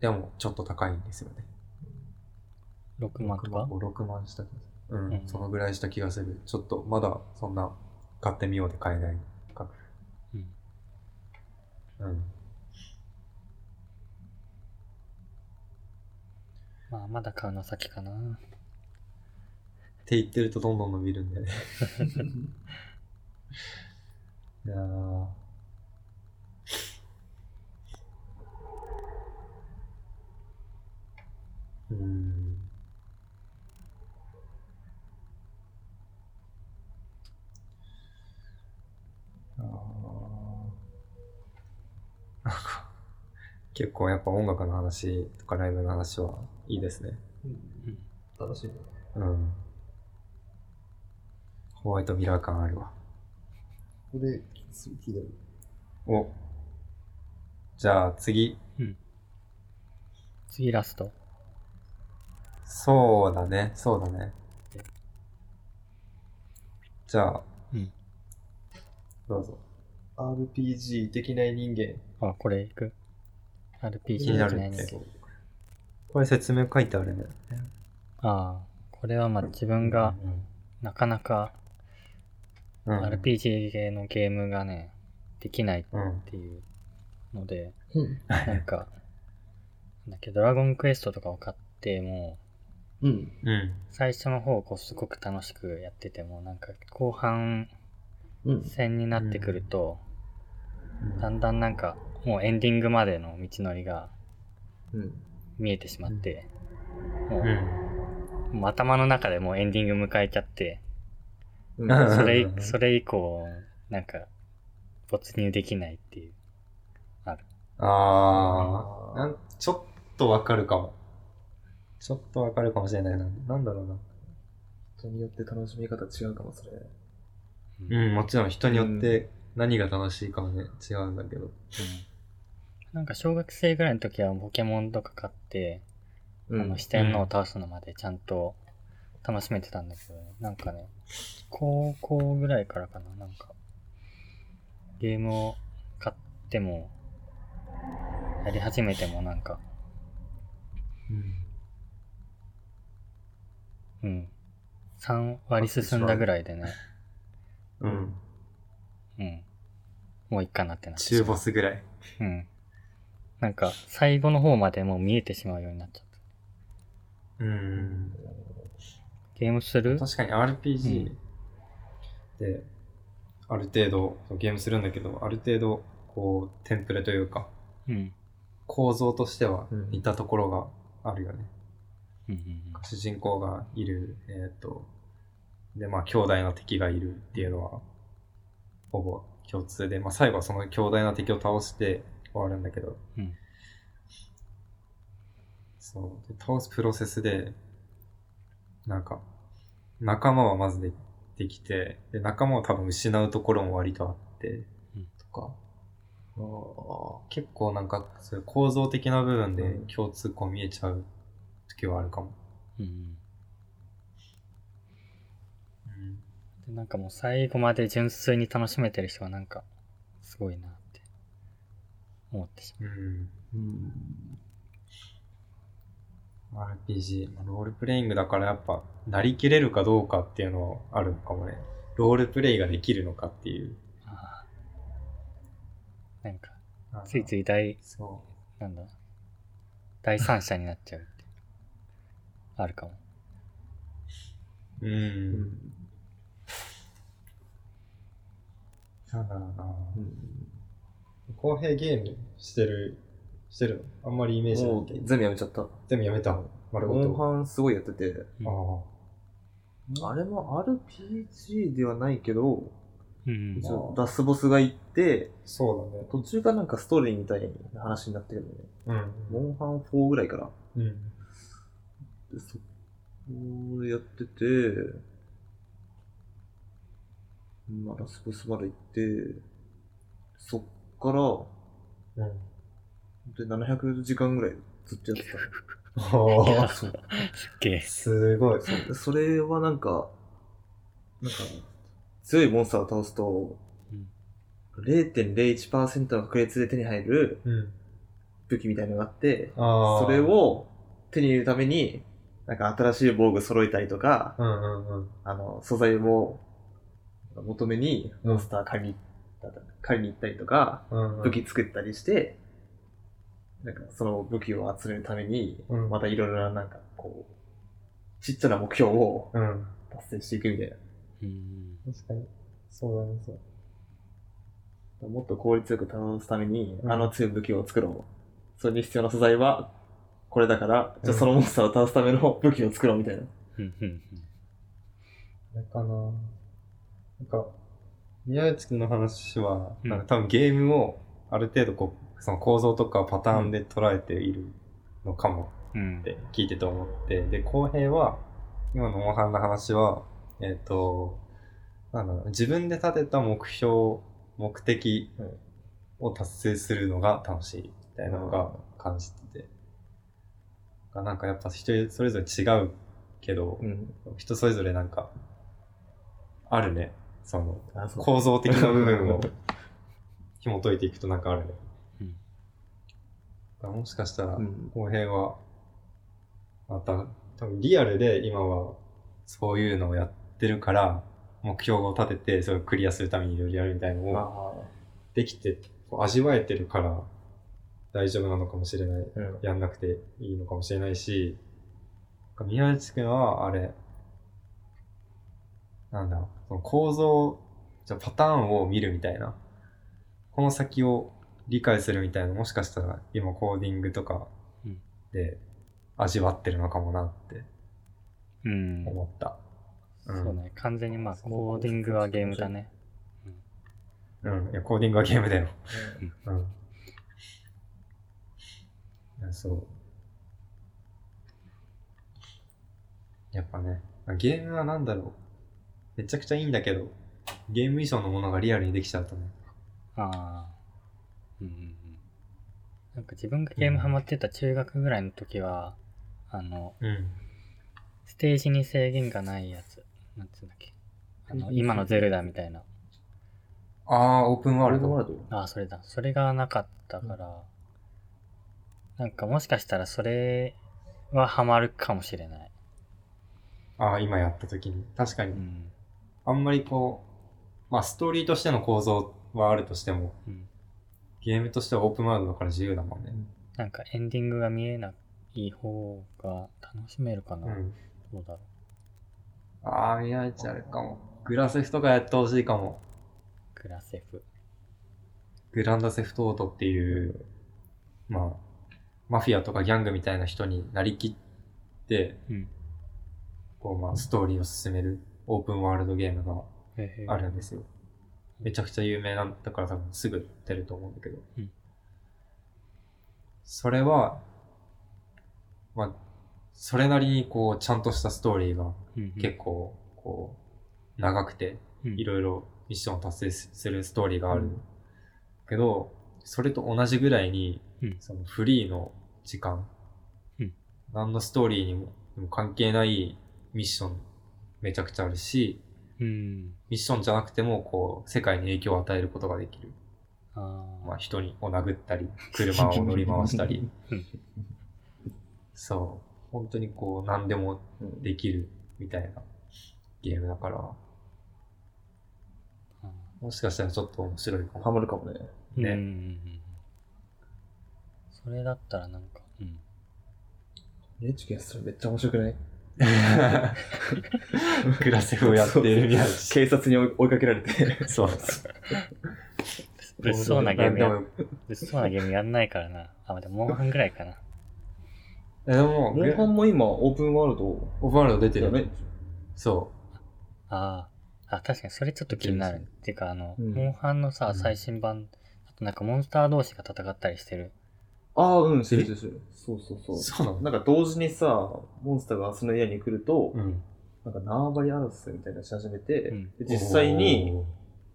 Speaker 1: でも、ちょっと高いんですよね。
Speaker 2: 6万と
Speaker 1: 5、
Speaker 2: か
Speaker 1: 6万した気がする。うん、
Speaker 2: うん
Speaker 1: そのぐらいした気がする。ちょっと、まだ、そんな、買ってみようで買えないか。
Speaker 2: うん。
Speaker 1: うん。
Speaker 2: まあ、まだ買うのは先かな。
Speaker 1: って言ってるとどんどん伸びるん だよね。いやーうーん。あーなんか結構やっぱ音楽の話とかライブの話はいいですね。
Speaker 5: うん楽しいね。
Speaker 1: うん。ホワイトミラー感あるわ。
Speaker 5: これ、す聞いた
Speaker 1: お。じゃあ次。
Speaker 2: 次ラスト。
Speaker 1: そうだね、そうだね。じゃあ、
Speaker 2: うん
Speaker 1: どうぞ。
Speaker 3: RPG できない人間。
Speaker 2: あ、これいく ?RPG
Speaker 1: 気にな
Speaker 2: じ
Speaker 1: る
Speaker 2: ゃない
Speaker 1: っ
Speaker 2: ん
Speaker 1: て
Speaker 2: だけど。
Speaker 1: これ説明書いてあるね。
Speaker 2: ああ、これはまあ自分がなかなか
Speaker 1: うん、うん。
Speaker 2: RPG 系のゲームがね、できないっ
Speaker 1: うん。
Speaker 2: ていうので、
Speaker 5: うん。
Speaker 2: なん か、なんだっけ、ドラゴンクエストとかを買っても、
Speaker 5: うん。
Speaker 1: うん。
Speaker 2: 最初の方こうすごく楽しくやってても、なんか後半
Speaker 5: うん。
Speaker 2: 戦になってくると、
Speaker 1: うん
Speaker 2: だんだんなんかもうエンディングまでの道のりが
Speaker 3: うん。
Speaker 2: 見えてしまって、も
Speaker 1: うん。
Speaker 2: うもう頭の中でもうエンディング迎えちゃって、
Speaker 3: うん。
Speaker 1: うん
Speaker 2: それ、それ以降、なんか、没入できないっていう。
Speaker 1: あーなん、ちょっとわかるかも。ちょっとわかるかもしれないな。なんだろうな。
Speaker 3: 人によって楽しみ方違うかも、それ。
Speaker 1: うん、もちろん人によって何が楽しいかはね、違うんだけど。
Speaker 2: なんか小学生ぐらいの時はポケモンとか買って、
Speaker 3: う
Speaker 2: あの四天王を倒すのまでちゃんと楽しめてたんだけどね、なんかね、高校ぐらいからかな、なんか、ゲームを買っても、やり始めてもなんか、うん、3割進んだぐらいでね、
Speaker 1: うん。
Speaker 2: うん、もういっかなってなってし
Speaker 1: 中
Speaker 2: ま
Speaker 1: ボ
Speaker 2: う
Speaker 1: スぐらい。
Speaker 2: うん。なんか、最後の方までもう見えてしまうようになっちゃった。
Speaker 1: うん。
Speaker 2: ゲームする
Speaker 1: 確かに RPG で、ある程度、ゲームするんだけど、ある程度、こう、テンプレというか、
Speaker 2: うん。
Speaker 1: 構造としては
Speaker 3: うん
Speaker 1: 似たところがあるよね。
Speaker 2: うんうん
Speaker 1: 主人公がいる、えっ、と、で、まあ、兄弟の敵がいるっていうのは、ほぼ共通で、まあ、最後はその兄弟の敵を倒して終わるんだけど、
Speaker 2: うん
Speaker 1: そう、で倒すプロセスで、なんか、仲間はまずでできて、で、仲間を多分失うところも割とあって、
Speaker 2: うん
Speaker 1: とか、結構なんか、そういう構造的な部分で
Speaker 3: うん
Speaker 1: 共通項見えちゃう時はあるかも。
Speaker 2: うん。うん
Speaker 1: うん
Speaker 2: でなんかもう最後まで純粋に楽しめてる人はなんか、すごいなって思ってし
Speaker 1: うん
Speaker 3: うん。
Speaker 1: RPG、まあロールプレイングだからやっぱ、なりきれるかどうかっていうのはあるのかもね。ロールプレイができるのかっていう。
Speaker 2: まう。ああなんか、ついつい第、
Speaker 1: そ
Speaker 2: なんだ、第三者になっちゃうって。あるかも。
Speaker 1: う。う。
Speaker 3: うんん。
Speaker 1: なんだろうな。
Speaker 3: うん
Speaker 1: 公平ゲームしてる、してるのあんまりイメージな
Speaker 3: も
Speaker 1: いうけど。
Speaker 3: 全部やめちゃった。
Speaker 1: 全部やめた。丸ご
Speaker 3: モン
Speaker 1: と。
Speaker 3: ハンすごいやってて、
Speaker 1: ああ。
Speaker 3: あれも RPG ではないけど、
Speaker 2: うん
Speaker 3: 一。応ラスボスがいて、
Speaker 1: そう
Speaker 3: 途中からなんかストーリーみたいな話になってるんだよね。
Speaker 1: だね。
Speaker 3: モンハン4ぐらいから。
Speaker 1: うん。うん。
Speaker 3: でそこでやってて、まあ、ラスボスまで行って、そっから、
Speaker 1: うん。
Speaker 3: で、700時間ぐらいずっとやって
Speaker 1: お
Speaker 2: いや
Speaker 1: ー
Speaker 2: すっげえ。
Speaker 1: すごい。
Speaker 3: た。それはなんか、なんか、強いモンスターを倒すと、
Speaker 2: うん
Speaker 3: 0.01%の確率で手に入る
Speaker 1: うん。
Speaker 3: 武器みたいなのがあって、
Speaker 1: ああ。
Speaker 3: それ、を手に入れるために、なんか新しい防具揃えたりとか、
Speaker 1: うんうんうん。
Speaker 3: あの、素材を求めに、モンスター借りに、借りに行ったりとか、
Speaker 1: うんうん
Speaker 3: 武器作ったりして、なんかその武器を集めるために、
Speaker 1: うん
Speaker 3: またいろいろななんかこう、ちっちゃな目標を
Speaker 1: うん。
Speaker 3: 達成していくみたいな。
Speaker 2: うん。
Speaker 1: 確かに。そうだね、そう。
Speaker 3: もっと効率よく倒すために、
Speaker 1: うん
Speaker 3: あの強い武器を作ろう。それに必要な素材は、これだから、じ
Speaker 1: う
Speaker 3: ゃあ
Speaker 1: ん
Speaker 3: そのモンスターを倒すための武器を作ろうみたいな。
Speaker 2: うんうん
Speaker 1: あれかななんか、宮内くんの話は、
Speaker 2: うん
Speaker 1: なんか多分ゲームをある程度こう、その構造とかパターンで捉えているのかも
Speaker 2: うん。うん
Speaker 1: っ。て聞いてて思って、で、後平は、今のモンハンの話は、えっ、と、なんだろう、自分で立てた目標、目的を達成するのが楽しいみたいなのが感じてて、なんかやっぱ人それぞれ違うけど、
Speaker 3: うん。
Speaker 1: 人それぞれなんか、あるね。その、
Speaker 3: あ、そう。
Speaker 1: 構造的な部分 を紐解いていくとなんかあるね。
Speaker 2: うん
Speaker 1: だからもしかしたら、
Speaker 3: うん。
Speaker 1: 後編は、また、多分リアルで今は、そういうのをやってるから、目標を立てて、それをクリアするためにいろいろやるみたいなの
Speaker 3: ま
Speaker 1: を、
Speaker 3: あ、
Speaker 1: できて、こう味わえてるから、大丈夫なのかもしれない。
Speaker 3: うん。
Speaker 1: やんなくていいのかもしれないし、宮内くんはあれ、なんだ、その構造、じゃあパターンを見るみたいな、この先を理解するみたいな、もしかしたら今コーディングとか
Speaker 2: うん
Speaker 1: で味わってるのかもなって
Speaker 2: うん。
Speaker 1: 思った。うん
Speaker 2: そうね。完全にまあ、コーディングはゲームだね。
Speaker 1: うん、いや、コーディングはゲームだよ。うん。いやそう。やっぱね、ゲームはなんだろう。めちゃくちゃいいんだけど、ゲーム以上のものがリアルにできちゃうとね、
Speaker 2: ああ。うんうんうん。なんか自分がゲームハマってた中学ぐらいの時は、あの、
Speaker 1: うん。
Speaker 2: ステージに制限がないやつ。なんつうんだっけ。あの、今のゼルダみたいな。
Speaker 1: ああ、オープンワールド。
Speaker 5: ルド
Speaker 2: ああ、それだ。それがなかったから、なんかもしかしたらそれはハマるかもしれない。
Speaker 1: ああ、今やった時に。確か
Speaker 2: う
Speaker 1: に。
Speaker 2: ん。
Speaker 1: あんまりこう、まあストーリーとしての構造はあるとしても、
Speaker 2: うん。
Speaker 1: ゲームとしてはオープンワールドだから自由だもんね。
Speaker 2: なんかエンディングが見えない方が楽しめるかな。
Speaker 1: うん。
Speaker 2: どうだろ
Speaker 1: ああ、宮内あれかも。グラセフとかやってほしいかも。
Speaker 2: う。グラセフ。
Speaker 1: グランドセフトオートっていう、まあ、マフィアとかギャングみたいな人になりきって、
Speaker 2: うん。
Speaker 1: こうまあ、ストーリーを進めるオープンワールドゲームが
Speaker 2: へへ
Speaker 1: あるんですよ。めちゃくちゃ有名なんだから多分すぐ出ると思うんだけど。
Speaker 2: うん
Speaker 1: それは、まあ、それなりにこう、ちゃんとしたストーリーが結構、こう、長くて、
Speaker 2: 構
Speaker 1: い
Speaker 2: い
Speaker 1: ろいろミッションを達成するストーリーがある、
Speaker 5: うん
Speaker 1: けどそれと同じぐらいに、
Speaker 2: うん
Speaker 1: そのフリーの時間、
Speaker 2: うん
Speaker 1: 何のストーリーにもにも関係ないミッションめちゃくちゃあるし
Speaker 2: うん。
Speaker 1: ミッションじゃなくてもこう世界に影響を与えることができる、
Speaker 2: あ
Speaker 1: まあ、人にを殴ったり車を乗り回したり
Speaker 2: うん
Speaker 1: そう本当にこう何でもできるみたいなゲームだから
Speaker 2: あー。
Speaker 1: もしかしたらちょっと面白いかも
Speaker 5: ハマるかもね。
Speaker 1: ね
Speaker 2: うんうんうんうん。それだったらなんか、うん。
Speaker 5: NHK それめっちゃ面白く ない
Speaker 1: グラセフをやっている宮内。
Speaker 5: 警察に追い追いかけられて。
Speaker 1: そう
Speaker 2: 物騒なゲーム
Speaker 1: で
Speaker 2: や、
Speaker 1: も、
Speaker 2: 物騒なゲームやんないからな。あ、まだモンハンぐらいかな。
Speaker 1: えでも、
Speaker 5: モンハンも今、オープンワールド
Speaker 1: オープンワールド出て
Speaker 5: じゃない
Speaker 1: る。そ
Speaker 2: ああ。あ、確かにそれちょっと気になる。っていうか、あの、
Speaker 5: うん
Speaker 2: モンハンの
Speaker 1: う
Speaker 2: さ、
Speaker 1: ん
Speaker 2: 最新版、あとなんかモンスター同士が戦ったりしてる。
Speaker 5: ああ、うん、成立する。そうそう
Speaker 1: う。
Speaker 5: そう。
Speaker 1: そうなの
Speaker 5: なんか同時にさ、モンスターがその家に来ると、
Speaker 1: うん。
Speaker 5: なんか縄張り争いみたいなのし始めて、
Speaker 2: うん
Speaker 5: で実際に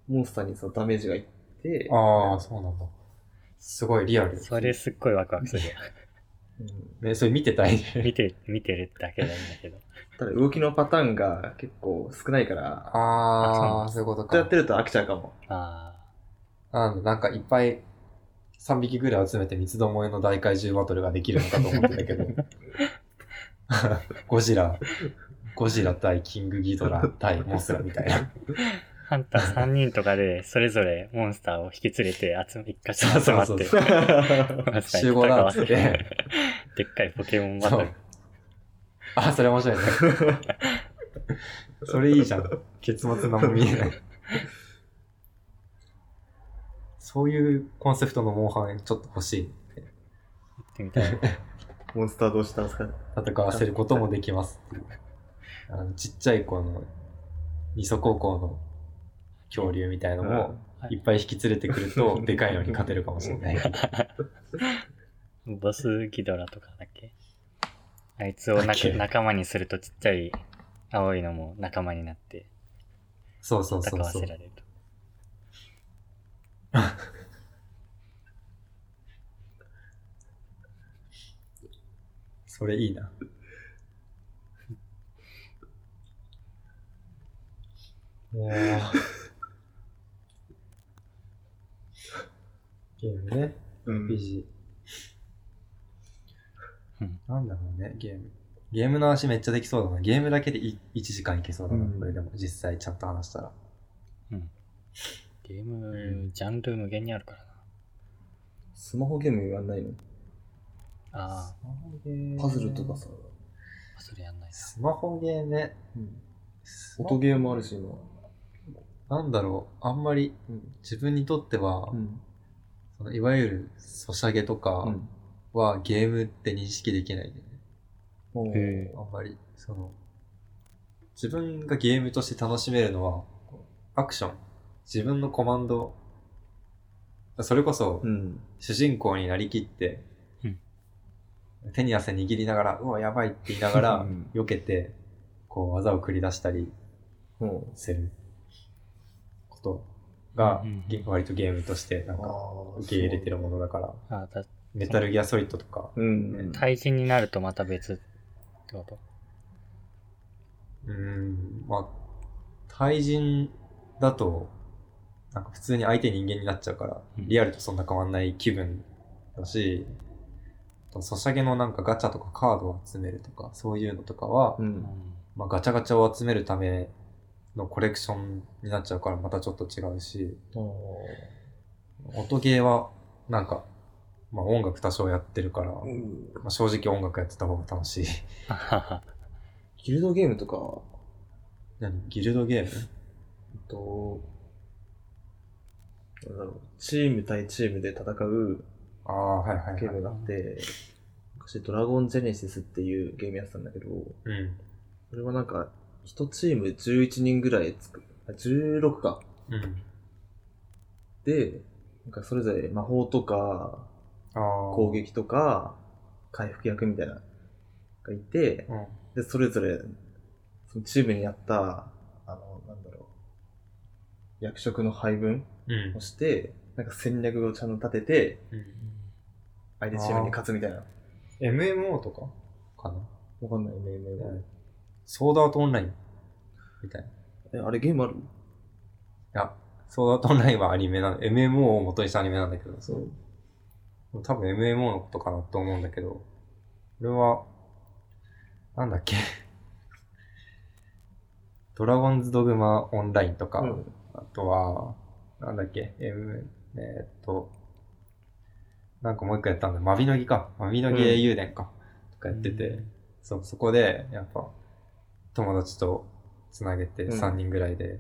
Speaker 5: モンスターにそのダメージがいって、
Speaker 1: おー。ああ、そうなんだ。すごいリアル。
Speaker 2: それすっごいワクワクする。
Speaker 5: うん
Speaker 1: ね、それ見てたいね。
Speaker 2: 見て、見てるだけなんだけど。
Speaker 5: ただ動きのパターンが結構少ないから、
Speaker 1: ああ、そういうこと
Speaker 5: こうや
Speaker 1: か
Speaker 5: って。ると飽きちゃうか も。
Speaker 2: ああ。
Speaker 1: なんだなんかいっぱい3匹ぐらい集めて三つどもえの大怪獣バトルができるのかと思ってたけど。ゴジラ、ゴジラ対キングギドラ対モスラみたいな。
Speaker 2: ハンター3人とか で、それぞれモンスターを引き連れて、集め、一箇所集まって
Speaker 1: そ
Speaker 5: あ
Speaker 1: うそう、そ
Speaker 2: モンスターに
Speaker 1: 集合だっ
Speaker 2: 戦
Speaker 1: つ
Speaker 2: わ
Speaker 1: っ
Speaker 2: せ
Speaker 1: て。
Speaker 2: でっかいポケモンバ
Speaker 1: そ
Speaker 2: ト
Speaker 1: う
Speaker 2: ル。。
Speaker 1: あ、それ面白いね。 それいいじゃん。結末何も見えない。そういうコンセプトのモンハンちょっと欲しい。
Speaker 2: やってみたい。
Speaker 5: モンスター同士倒すから。
Speaker 1: 戦わせることもできますっていう。あのちっちゃい子の二足高校の恐竜みたいのもいっぱい引き連れてくるとでかいのに勝てるかもしれ ない。
Speaker 2: ボスギドラとかだっけあいつを
Speaker 1: だ
Speaker 2: な
Speaker 1: っけ
Speaker 2: 仲間にするとちっちゃい青いのも仲間になって
Speaker 1: そうそう
Speaker 2: 戦
Speaker 1: そう
Speaker 2: わ
Speaker 1: そ
Speaker 2: せ
Speaker 1: う
Speaker 2: ら。れると。
Speaker 1: それいいな。もう。ゲームね。
Speaker 5: うん。
Speaker 1: RPG。
Speaker 2: うん
Speaker 1: なんだろうね、ゲーム。ゲームの話めっちゃできそうだな。ゲームだけで1時間いけそうだな。
Speaker 5: うん
Speaker 1: これでも実際ちゃんと話したら。
Speaker 2: ゲーム、ジャンル無限にあるからな。
Speaker 5: スマホゲームやんないの
Speaker 2: ああ、
Speaker 5: パズルとかさ。。
Speaker 2: それやんない
Speaker 1: スマホゲーね。
Speaker 5: うん
Speaker 1: スマ
Speaker 5: 音ゲーもあるし、今。
Speaker 1: なんだろう、あんまり
Speaker 5: うん。
Speaker 1: 自分にとっては、
Speaker 5: うん。
Speaker 1: そのいわゆるソシャゲとか、
Speaker 5: うん
Speaker 1: はゲームって認識できないんだよね。
Speaker 5: もう
Speaker 2: へ
Speaker 1: あんまり、その、自分がゲームとして楽しめるのは、アクション。自分のコマンド。それこそ、
Speaker 5: うん。
Speaker 1: 主人公になりきって、
Speaker 2: うん
Speaker 1: 手に汗握りながら、うわ、やばいって言いなが
Speaker 5: う
Speaker 1: ら
Speaker 5: ん、
Speaker 1: 避けて、こう、技を繰り出したり
Speaker 5: も
Speaker 1: することが
Speaker 2: うんうんうん
Speaker 1: げ割とゲームとしてなんか受け入れてるものだから、
Speaker 2: あだ
Speaker 1: メタルギアソリッドとか、
Speaker 3: うん。
Speaker 2: 対人になるとまた別ってこと
Speaker 1: うーん、まあ、対人だと、なんか普通に相手人間になっちゃうから、
Speaker 2: うん
Speaker 1: リアルとそんな変わんない気分だし、あとソシャゲのなんかガチャとかカードを集めるとか、そういうのとかは、
Speaker 3: う。
Speaker 2: うんん
Speaker 1: まあガチャガチャを集めるためのコレクションになっちゃうからまたちょっと違うし、音ゲーはなんか、まあ音楽多少やってるから、
Speaker 3: うん
Speaker 1: まあ、正直音楽やってた方が楽しい。
Speaker 2: あはは
Speaker 3: ギルドゲームとか、
Speaker 1: 何ギルドゲーム
Speaker 3: えっと、なんだろう、チーム対チームで戦う
Speaker 1: ああ、はいはい、
Speaker 3: ゲー
Speaker 1: はい
Speaker 3: ム。があって、昔ドラゴンジェネシスっていうゲームやってたんだけど、
Speaker 1: うん。
Speaker 3: それはなんか、一チーム11人ぐらいつく、あ16か。
Speaker 1: うん。
Speaker 3: で、なんかそれぞれ魔法とか、
Speaker 1: ああ。
Speaker 3: 攻撃とか、回復役みたいな、がいて、
Speaker 1: うん。
Speaker 3: で、それぞれ、そのチームにやった、あの、なんだろう、役職の配分
Speaker 1: うん
Speaker 3: を。して、なんか戦略をちゃんと立てて、相手チームに勝つみたいな。
Speaker 1: MMO とかかな
Speaker 3: わかんない、ね、ね、ね。
Speaker 1: ソードアートオンラインみたいな。い
Speaker 3: え、あれゲームある
Speaker 1: や、ソードアートオンラインはアニメなの。MMO を元にしたアニメなんだけど、
Speaker 3: そう。
Speaker 1: 多分 MMO のことかなと思うんだけど、これは、なんだっけ。ドラゴンズドグマオンラインとか、
Speaker 3: うん。
Speaker 1: あとは、なんだっけ、M、えーっと、なんかもう一個やったんだ、マビノギか。マビノギ英雄伝か。とかやってて、
Speaker 2: うん
Speaker 1: そう、そこで、やっぱ、友達とつなげて
Speaker 3: うん
Speaker 1: 3人ぐらいで、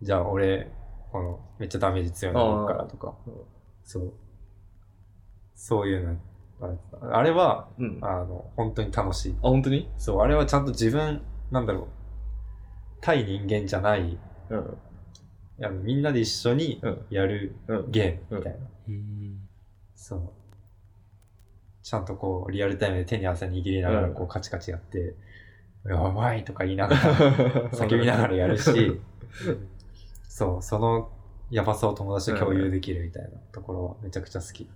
Speaker 1: じゃあ俺、この、めっちゃダメージ強いの持るからとか
Speaker 3: あー、
Speaker 1: そう。そういうのやってた、あれは、
Speaker 3: うん。あ、
Speaker 1: あの、本当に楽しい。
Speaker 3: 本当に
Speaker 1: そう、あれはちゃんと自分、なんだろう、対人間じゃない、い
Speaker 3: うん。
Speaker 1: やみんなで一緒に
Speaker 3: うん。
Speaker 1: やる
Speaker 3: うん。
Speaker 1: ゲームみたいな。
Speaker 2: うん
Speaker 1: そう。ちゃんとこう、リアルタイムで手に汗握りながら、
Speaker 3: うん
Speaker 1: こう、カチカチやって、やばいとか言い ながら、叫びながらやるし、そう、そのやばさを友達と共有できるみたいなところはめちゃくちゃ好き。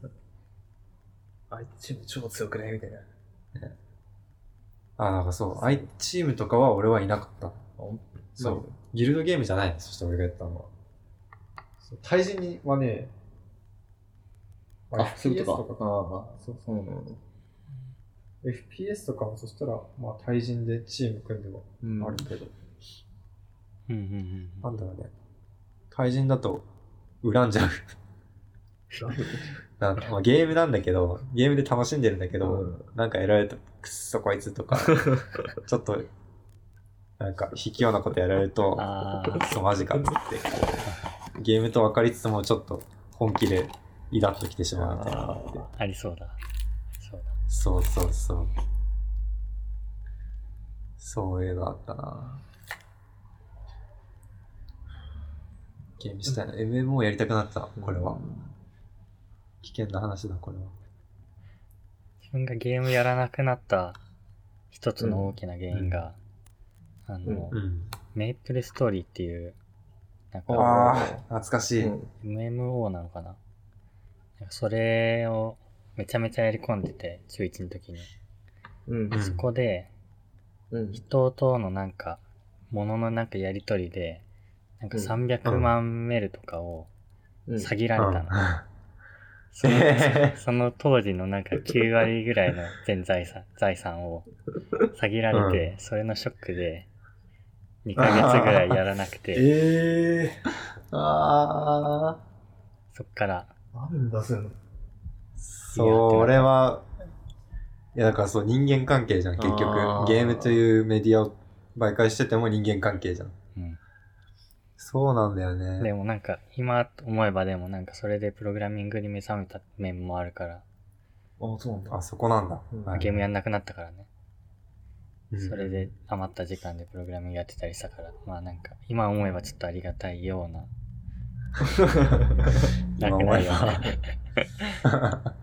Speaker 3: 相手チーム超強くないみたいな。
Speaker 1: あ、なんかそう、あいチームとかは俺はいなかった。そ
Speaker 3: ま
Speaker 1: う。ギルドゲームじゃないのそして俺がやったのは。そう対人にはね、
Speaker 3: あ。あ、そういうこ
Speaker 1: FPS
Speaker 3: とか。ああ、そうそう。
Speaker 1: FPS とかもそしたら、まあ対人でチーム組んでも
Speaker 3: うん。
Speaker 1: あるけど、
Speaker 2: うんうんう
Speaker 1: なんんだろうね。対人だと、恨んじゃう。 なんかま あ、ゲームなんだけど、ゲームで楽しんでるんだけど、
Speaker 3: うん
Speaker 1: なんかやられると、くっそこいつと か、ちょっと、なんか卑怯なことやられると、
Speaker 2: あ
Speaker 1: くっそマジかっ つって、こうゲームと分かりつつもちょっと本気でイラッときてしまうみたいなのがあって。
Speaker 2: ありそうだそう
Speaker 1: そうそうそう。そういうのあったな。ゲームしたいな。MMO やりたくなった、これは。危険な話だ、これは。
Speaker 2: 自分がゲームやらなくなった一つの大きな原因が、あの、
Speaker 1: うん。
Speaker 2: メイプルストーリーっていう、なん
Speaker 3: あ
Speaker 2: か、
Speaker 1: ああ、懐かしい。
Speaker 3: う
Speaker 1: うん。
Speaker 3: ん。
Speaker 2: MMO なのかななんかそれをめちゃめちゃやり込んでて、中1の時に。
Speaker 3: うん。
Speaker 2: そこで、
Speaker 3: うん。
Speaker 2: 人とのなんか、もののなんかやりとりで、なんか
Speaker 3: うん
Speaker 2: 300万メルとかを
Speaker 3: うん。
Speaker 2: 下げられたの。その
Speaker 1: え
Speaker 2: その当時のな んか9割ぐらいの全財産 財産を下げられて、それのショックで2ヶ月ぐらいやらな くて、
Speaker 3: ええー。あ
Speaker 2: そっから、
Speaker 5: あるんだ、そういうの。
Speaker 1: そう、俺は、いやだからそう、人間関係じゃん、結局
Speaker 3: あー。
Speaker 1: ゲームというメディアを媒介してても人間関係じゃん。
Speaker 2: うん
Speaker 1: そうなんだよね。
Speaker 2: でもなんか今思えばでもなんかそれでプログラミングに目覚めた面もあるから、
Speaker 3: あ。あ、そうなんだ。
Speaker 1: あ、そこなんだ。
Speaker 3: うん
Speaker 1: はい
Speaker 2: ゲームやんなくなったからね。
Speaker 1: うん
Speaker 2: それで余った時間でプログラミングやってたりしたから、まあなんか今思えばちょっとありがたいような、な
Speaker 1: 今
Speaker 2: く
Speaker 1: 思
Speaker 2: ない
Speaker 1: え
Speaker 2: よ
Speaker 1: ば
Speaker 2: ね。
Speaker 1: 確か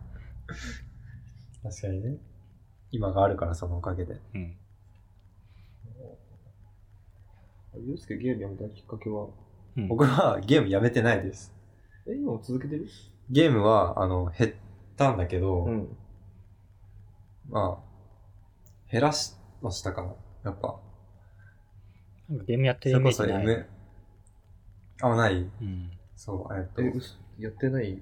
Speaker 1: にね。今があるから、そのおかげで。
Speaker 2: うん。
Speaker 3: ゆうすけゲームやめたきっかけは
Speaker 2: うん
Speaker 1: 僕はゲームやめてないです。
Speaker 5: え、今も続けてる
Speaker 1: ゲームは、あの、減ったんだけど、
Speaker 5: うん。
Speaker 1: まあ、減らしましたかな。やっぱ。
Speaker 2: なんかゲームやって
Speaker 1: それ
Speaker 2: るイメ
Speaker 1: こ
Speaker 2: ージ
Speaker 1: そ
Speaker 2: ない。
Speaker 1: ね。あ、ない。
Speaker 2: うん。
Speaker 1: そう、えっと
Speaker 5: え、、嘘やってない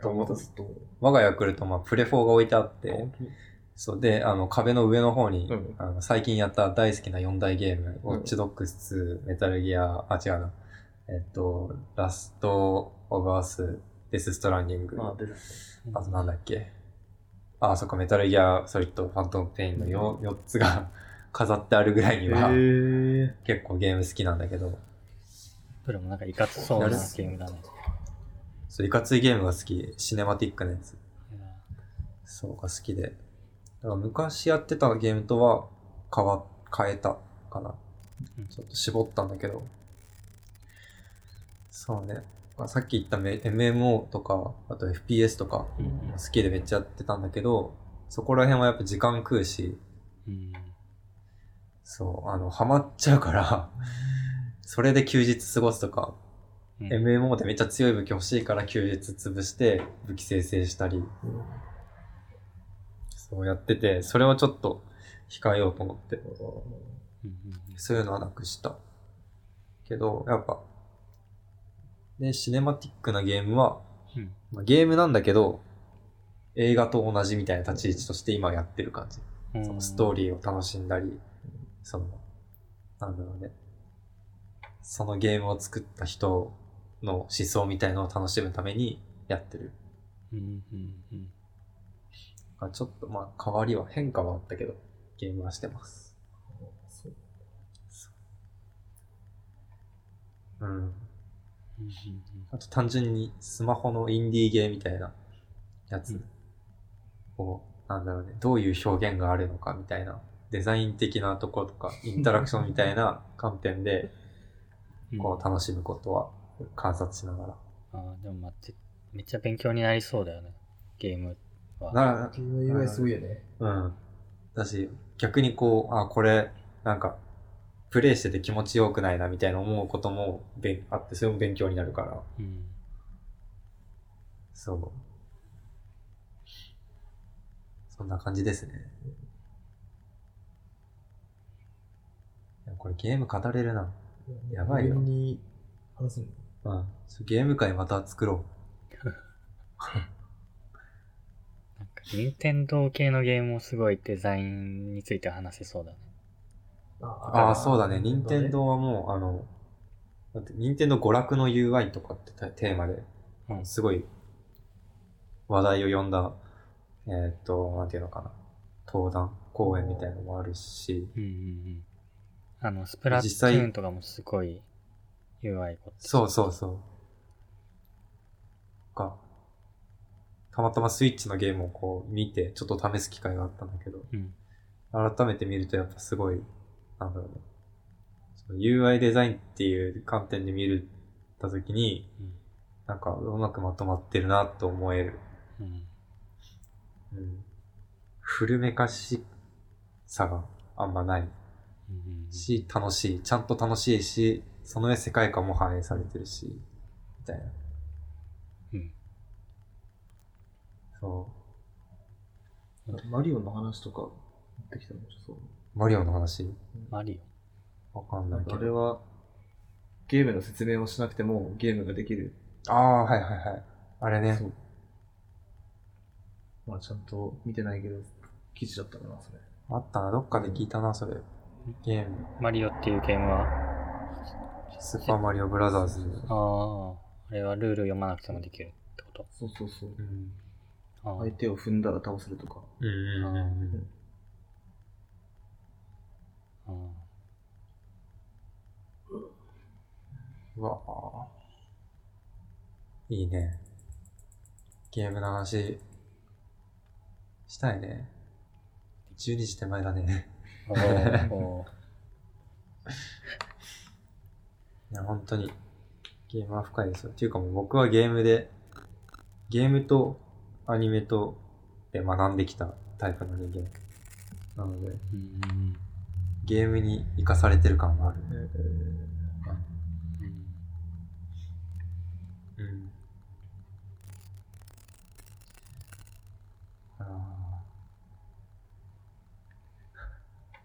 Speaker 1: と思った
Speaker 5: ずっと。
Speaker 1: 我が家来ると、まあ、プレフォーが置いてあって、
Speaker 5: 本当に
Speaker 1: そうで、あの、壁の上の方に、
Speaker 5: うん
Speaker 1: あの最近やった大好きな4大ゲーム、
Speaker 5: うん
Speaker 1: ウォッチドックス2、メタルギア、あ、違うな。えっと、ラスト・オブ・アス、デス・ストランディング、
Speaker 5: あ、出た。
Speaker 1: あとなんだっけあ、そっか、メタルギア、ソリッド、ファントムペインの 4, 4つが 飾ってあるぐらいには、
Speaker 5: え
Speaker 1: 結構ゲーム好きなんだけど、
Speaker 2: どれもなんかいかつそうな
Speaker 1: や
Speaker 2: ゲ
Speaker 1: る
Speaker 2: ームだね。
Speaker 1: そういかついゲームが好き、シネマティックなやつ、
Speaker 2: いや
Speaker 1: そうが好きで。だから昔やってたゲームとは変わ、変えたかな
Speaker 2: うん。
Speaker 1: ちょっと絞ったんだけど。そうね。まあさっき言っため MMO とか、あと FPS とか、
Speaker 2: うん
Speaker 1: 好きでめっちゃやってたんだけど、そこら辺はやっぱ時間食うし、
Speaker 2: うん。
Speaker 1: そう、あの、ハマっちゃうから、それで休日過ごすとか、
Speaker 2: うん
Speaker 1: MMO でめっちゃ強い武器欲しいから休日潰して武器生成したり、そうやってて、それをちょっと控えようと思って、
Speaker 2: うん
Speaker 1: そういうのはなくした。けど、やっぱ、で、シネマティックなゲームは、
Speaker 2: うん
Speaker 1: まあ、ゲームなんだけど、映画と同じみたいな立ち位置として今やってる感じ。
Speaker 2: うん
Speaker 1: そのストーリーを楽しんだり、その、なんだろうね、そのゲームを作った人の思想みたいのを楽しむためにやってる。
Speaker 2: うんうんうん
Speaker 1: まあちょっとまあ変わりは、変化はあったけど、ゲームはしてます。うん。
Speaker 2: うん
Speaker 1: あと単純にスマホのインディーゲーみたいなや
Speaker 2: う
Speaker 1: つ
Speaker 2: ん
Speaker 1: を、なんだろうね、どういう表現があるのかみたいな、デザイン的なところとか、インタラクションみたい な観点で、
Speaker 2: うん
Speaker 1: こう楽しむことは観察しなが
Speaker 2: あーでも待って、めっちゃ勉強になりそうだよね。ゲームは。
Speaker 1: ら。な、
Speaker 5: ー。UI すごいよね。
Speaker 1: うん。だし、逆にこう、あ、これ、なんか、プレイしてて気持ちよくないなみたいな思うこともべんあって、それも勉強になるから、
Speaker 2: うん。
Speaker 1: そう。そんな感じですね。いやこれゲーム語れるな。やばいよ
Speaker 5: 自分に話すの。
Speaker 1: うん。そうゲーム会また作ろ
Speaker 2: なんか、任天堂系のゲームもすごいデザインについて話せそうだね。
Speaker 1: う。
Speaker 5: あ
Speaker 1: ああー、そうだね。任天堂はもう、あの、だって任天堂娯楽の UI とかってテーマで
Speaker 2: うん。
Speaker 1: すごい話題を呼んだ、えーっ、と、なんていうのかな、登壇、公演みたいなのもあるし、
Speaker 2: うんうんうん。あの、スプラト
Speaker 1: 実際
Speaker 2: ゥーンとかもすごい UI こ
Speaker 1: そうそうそう。か、たまたまスイッチのゲームをこう見て、ちょっと試す機会があったんだけど、
Speaker 2: うん。
Speaker 1: 改めて見るとやっぱすごい、なんだろうね、その UI デザインっていう観点で見るたときに、
Speaker 2: うん
Speaker 1: なんかうまくまとまってるなと思える。
Speaker 2: うん。
Speaker 1: うん古めかしさがあんまない
Speaker 2: うんうんうん
Speaker 1: し、楽しい。ちゃんと楽しいし、その上世界観も反映されてるし、みたいな。
Speaker 2: うん。
Speaker 1: そ
Speaker 5: マリオの話とか持ってきたのそう。
Speaker 1: う。マリオの話
Speaker 2: マリ
Speaker 1: わかん
Speaker 5: な
Speaker 1: なんい
Speaker 5: か
Speaker 1: け
Speaker 5: あれ
Speaker 1: ど。
Speaker 5: は、ゲームの説明をしなくてもゲームができる。
Speaker 1: ああ、はいはいはい。あれね
Speaker 5: そ。う。まあちゃんと見てないけど、記事だったかな、それ。
Speaker 1: あったな。どっかで聞いたな、それ。ゲーム。
Speaker 2: オ。マリオっていうゲームは、
Speaker 1: スーパーマリオブラザーズ。
Speaker 2: ああ、あれはルール読まなくてもできるってこと
Speaker 5: そうそうそう。
Speaker 1: うん。
Speaker 2: ああ
Speaker 5: 相手を踏んだら倒せるとか。
Speaker 1: うんうんうんうん。
Speaker 2: うん
Speaker 1: うわあ。いいね。ゲームの話、したいね。12時手前だね。
Speaker 2: おーおー
Speaker 1: いや、本当に、ゲームは深いですよ。っていうかもう僕はゲームで、ゲームとアニメとで学んできたタイプの人間。なので、
Speaker 2: うんうん
Speaker 1: ゲームに生かされてる感がある。
Speaker 2: うん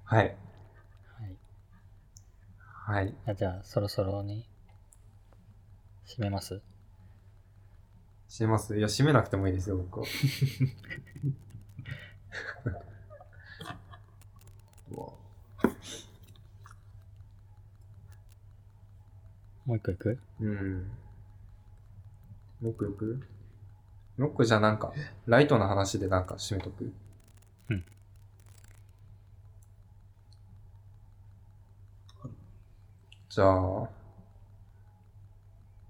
Speaker 1: はい。
Speaker 2: はい。
Speaker 1: はい。
Speaker 2: あじゃあ、そろそろに、締めます
Speaker 1: 閉めますいや、閉めなくてもいいですよ、僕は。
Speaker 2: もう一個いく
Speaker 1: うん。ノック行くノックじゃあなんか、ライトの話でなんか締めとく
Speaker 2: うん。
Speaker 1: じゃあ、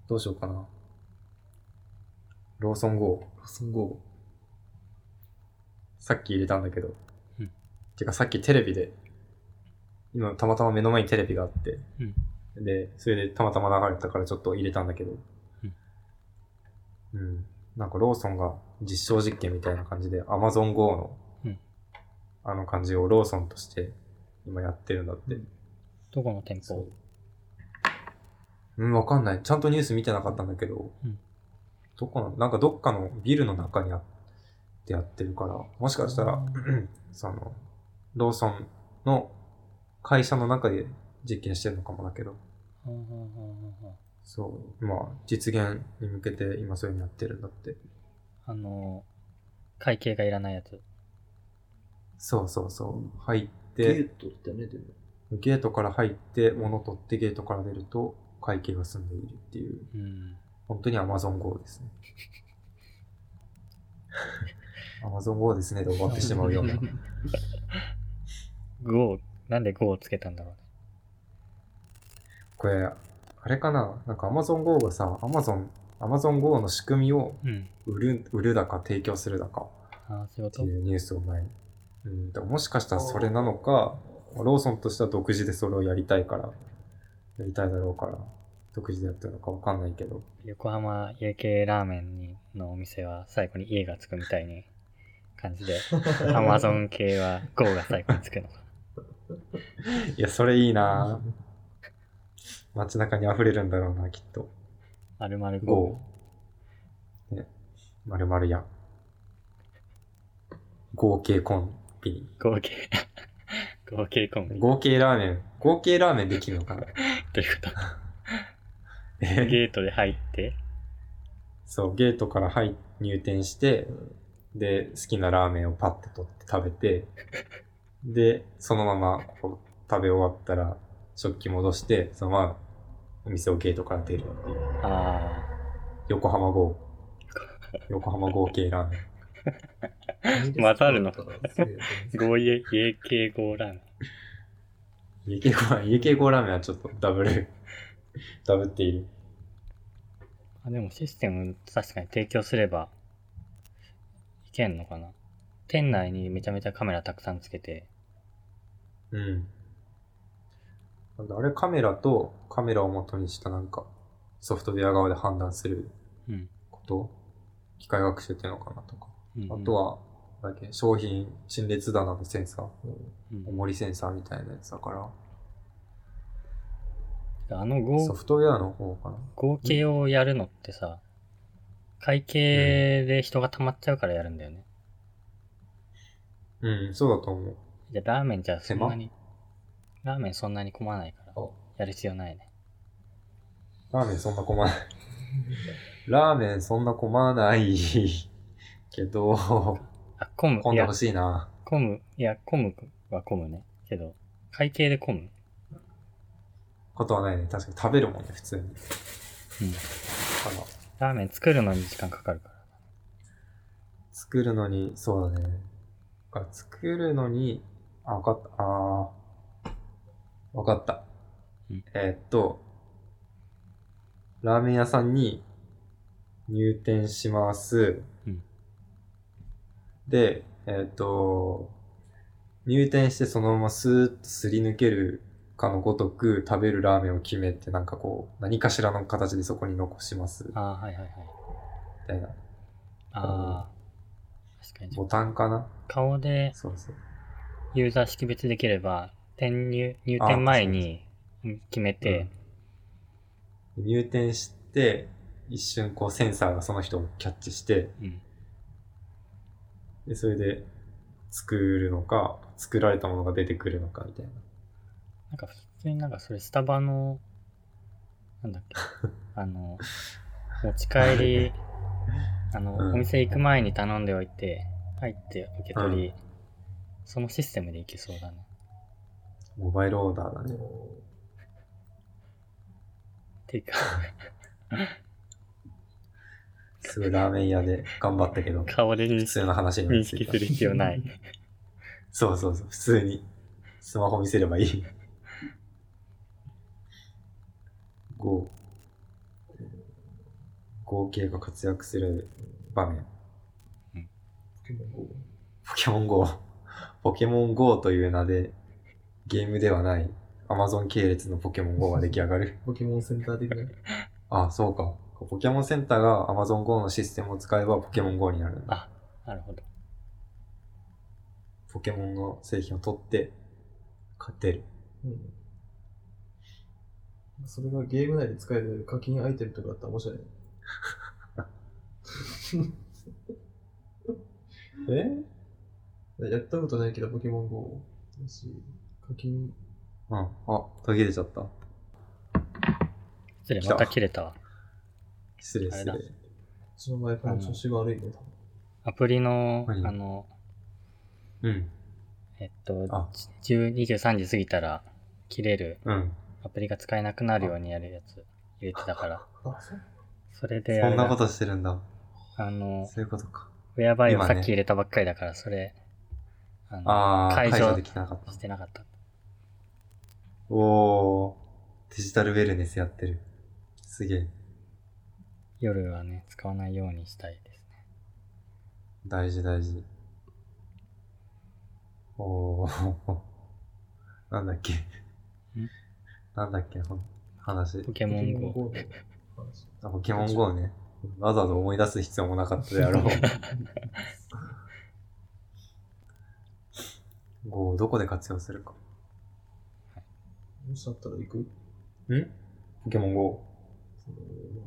Speaker 1: どうしようかな。ローソン GO。
Speaker 3: そん後、
Speaker 1: さっき入れたんだけど。
Speaker 2: うん
Speaker 1: てかさっきテレビで、今たまたま目の前にテレビがあって、で、それでたまたま流れたからちょっと入れたんだけど。うん。なんかローソンが実証実験みたいな感じで Amazon Go の、
Speaker 2: うん
Speaker 1: あの感じをローソンとして今やってるんだって。
Speaker 2: どこの店
Speaker 1: そ
Speaker 2: 舗
Speaker 1: う。うん、わかんない。ちゃんとニュース見てなかったんだけど、
Speaker 2: うん
Speaker 1: どこなのなんかどっかのビルの中にあってやってるから、もしかしたら、 その、ローソンの会社の中で実験してるのかもだけど、
Speaker 2: あーはーはーはー
Speaker 1: そう、まあ、実現に向けて今そういうのやってるんだって。
Speaker 2: あのー、会計がいらないやつ。
Speaker 1: そうそうそう。入っ
Speaker 5: ゲ
Speaker 1: て、
Speaker 5: ートってね、でも。
Speaker 1: ゲートから入って、物取ってゲートから出ると、会計が済んでいるっていう、
Speaker 2: うん。
Speaker 1: 本当に Amazon Go ですね。Amazon Go ですねで終わってしまうような。
Speaker 2: GO、なんで GO をつけたんだろうね。
Speaker 1: これ、あれかななんか Amazon Go がさ、Amazon、Amazon Go の仕組みを
Speaker 2: うん。
Speaker 1: 売る、売るだか提供するだか
Speaker 2: ああ、そういう
Speaker 1: って
Speaker 2: こ
Speaker 1: いうニュースを前に。うん、だからもしかしたらそれなのか、ローソンとしては独自でそれをやりたいから、やりたいだろうから、独自でやってるのかわかんないけど。
Speaker 2: と横浜家系ラーメンにのお店は最後に家がつくみたいに感じで、アマゾン系は GO が最後につくのか。
Speaker 1: いや、それいいなぁ。街中に溢れるんだろうな、きっと。
Speaker 2: まるまる GO。
Speaker 1: GO。ね。まるまるや。合計コンビニ。
Speaker 2: 合計、 合計コンビっ
Speaker 1: 合計ラーメン、合計ラーメンできるのかな
Speaker 2: ていうこ
Speaker 1: え
Speaker 2: と。ゲートで入って、
Speaker 1: そう、ゲートから入入店して、で、好きなラーメンをパッて取って食べて、で、そのままこう食べ終わったら、食器戻して、そのままお店をゲートから出るっていう。
Speaker 2: あ
Speaker 1: 横浜号。横浜号系ラーメン。
Speaker 2: 混ざるの
Speaker 5: そうだったらすげえ
Speaker 2: あ、GO 家家系 GO ラーメン。
Speaker 1: 家系号、家系号ラーメンはちょっとダブル、ダブっている。
Speaker 2: あ、でもシステム確かに提供すれば、いけんのかな。店内にめちゃめちゃカメラたくさんつけて、
Speaker 1: うん。なんだあれカメラとカメラを元にしたなんか、ソフトウェア側で判断する
Speaker 2: うん。
Speaker 1: こと、機械学習っていうのかなとか。
Speaker 2: うん
Speaker 1: あと、は、だっけ商品陳列棚のセンサー、
Speaker 2: うん
Speaker 1: 重りセンサーみたいなやつだから、
Speaker 2: あの
Speaker 1: ソ
Speaker 2: GO
Speaker 1: フトウェアの方かな。
Speaker 2: 合計をやるのってさ、会計で人が溜まっちゃうからやるんだよね。
Speaker 1: うん、そうだと思う。
Speaker 2: じゃあラーメンじゃそんなに、ラーメンそんなに混まないから
Speaker 5: お、
Speaker 2: やる必要ないね。
Speaker 1: ラーメンそんな困らない。ラーメンそんな困らないけど、
Speaker 2: あ、混む。
Speaker 1: 今
Speaker 2: い
Speaker 1: 度
Speaker 2: や
Speaker 1: 欲、しいな。
Speaker 2: 混む。いや、混むは混むね。けど、会計で混む。
Speaker 1: ことはないね。確かに食べるもんね、普通に。
Speaker 2: うん。
Speaker 1: あの、
Speaker 2: ラーメン作るのに時間かかるから。
Speaker 1: 作るのに、そうだね。あ作るのに、あ、わかった。あーわかった
Speaker 2: うん。
Speaker 1: えーっと、ラーメン屋さんに入店します。
Speaker 2: うん
Speaker 1: で、えーっと、入店してそのままスーッとすり抜けるかのごとく食べるラーメンを決めて、なんかこう、何かしらの形でそこに残します。み
Speaker 2: ああ、はいはいはい。
Speaker 1: たいな。
Speaker 2: ああ。確かに。
Speaker 1: ボタンかな
Speaker 2: 顔で
Speaker 1: そうそう。
Speaker 2: ユーザー識別できれば、店入、入店前にうん決めて、
Speaker 1: 入店して、一瞬こうセンサーがその人をキャッチして、
Speaker 2: うん。
Speaker 1: でそれで、作るのか、作られたものが出てくるのかみたいな。
Speaker 2: なんか普通になんかそれスタバの、なん だっけ、あの、持ち帰 り、あの、
Speaker 1: うん
Speaker 2: お店行く前に頼んでおいて、入って受け取り、そのシステムでいけそうだね。
Speaker 1: モバイルオーダーだね。
Speaker 2: っていうか、
Speaker 1: すごいラーメン屋で頑張ったけど、
Speaker 2: 顔で
Speaker 1: 普
Speaker 2: 認識
Speaker 1: 通の話にな
Speaker 2: 認
Speaker 1: りつ
Speaker 2: 識
Speaker 1: いた
Speaker 2: す。る必要ない。
Speaker 1: そうそうそう、普通にスマホ見せればいい。合合計が活躍する場面。
Speaker 5: ケモン GO
Speaker 1: ポケモン GO。ポケモン GO という名で、ゲームではない、Amazon 系列のポケモン GO が出来上がる。
Speaker 5: ポケモンセンター的な。
Speaker 1: ああ、そうか。ポケモンセンターが Amazon GO のシステムを使えばポケモン GO になるんだ。
Speaker 2: あ、 なるほど。
Speaker 1: ポケモンの製品を取って、勝てる。
Speaker 5: うん。それがゲーム内で使える課金アイテムとかだったら面白いね。えやったことないけど、ポケモン GO。だし、課金。
Speaker 1: うん。あ、途切れちゃった。
Speaker 2: 失礼、
Speaker 1: 来た
Speaker 2: また切れたわ。
Speaker 1: 失礼
Speaker 2: あ
Speaker 1: 失
Speaker 2: れだ
Speaker 1: 礼。
Speaker 5: その Wi-Fi の調子が悪いね、多分。
Speaker 2: アプリの、
Speaker 1: はい
Speaker 2: あの、
Speaker 1: うん。
Speaker 2: えっと、
Speaker 1: あ
Speaker 2: 10 23時過ぎたら切れる、
Speaker 1: うん。
Speaker 2: アプリが使えなくなるようにやるやつ入れて たから、
Speaker 5: あ、そう
Speaker 2: それであ
Speaker 1: そ
Speaker 2: れ
Speaker 1: んなこ
Speaker 2: だ、
Speaker 1: としてるんだ。
Speaker 2: あの、
Speaker 1: そういうことか。
Speaker 2: ウェアバイを
Speaker 1: 今
Speaker 2: さ
Speaker 1: ね
Speaker 2: っき入れたばっかりだから、それ、あの、
Speaker 1: ああ、
Speaker 2: 解
Speaker 1: 解
Speaker 2: 除
Speaker 1: 除できなかった
Speaker 2: し。てなかった。
Speaker 1: おおー、デジタルウェルネスやってる。すげえ。
Speaker 2: 夜はね、使わないようにしたいですね。
Speaker 1: 大事大事。おお、 なんだっけ。なんだっけ、ほん話
Speaker 2: ポ。ケモン GO。
Speaker 5: の話。
Speaker 1: あポケモン GO ね。わざわざ思い出す必要もなかったであ ろう。GO をどこで活用するか。
Speaker 5: もしあったら行く
Speaker 1: んポケモン GO。
Speaker 5: その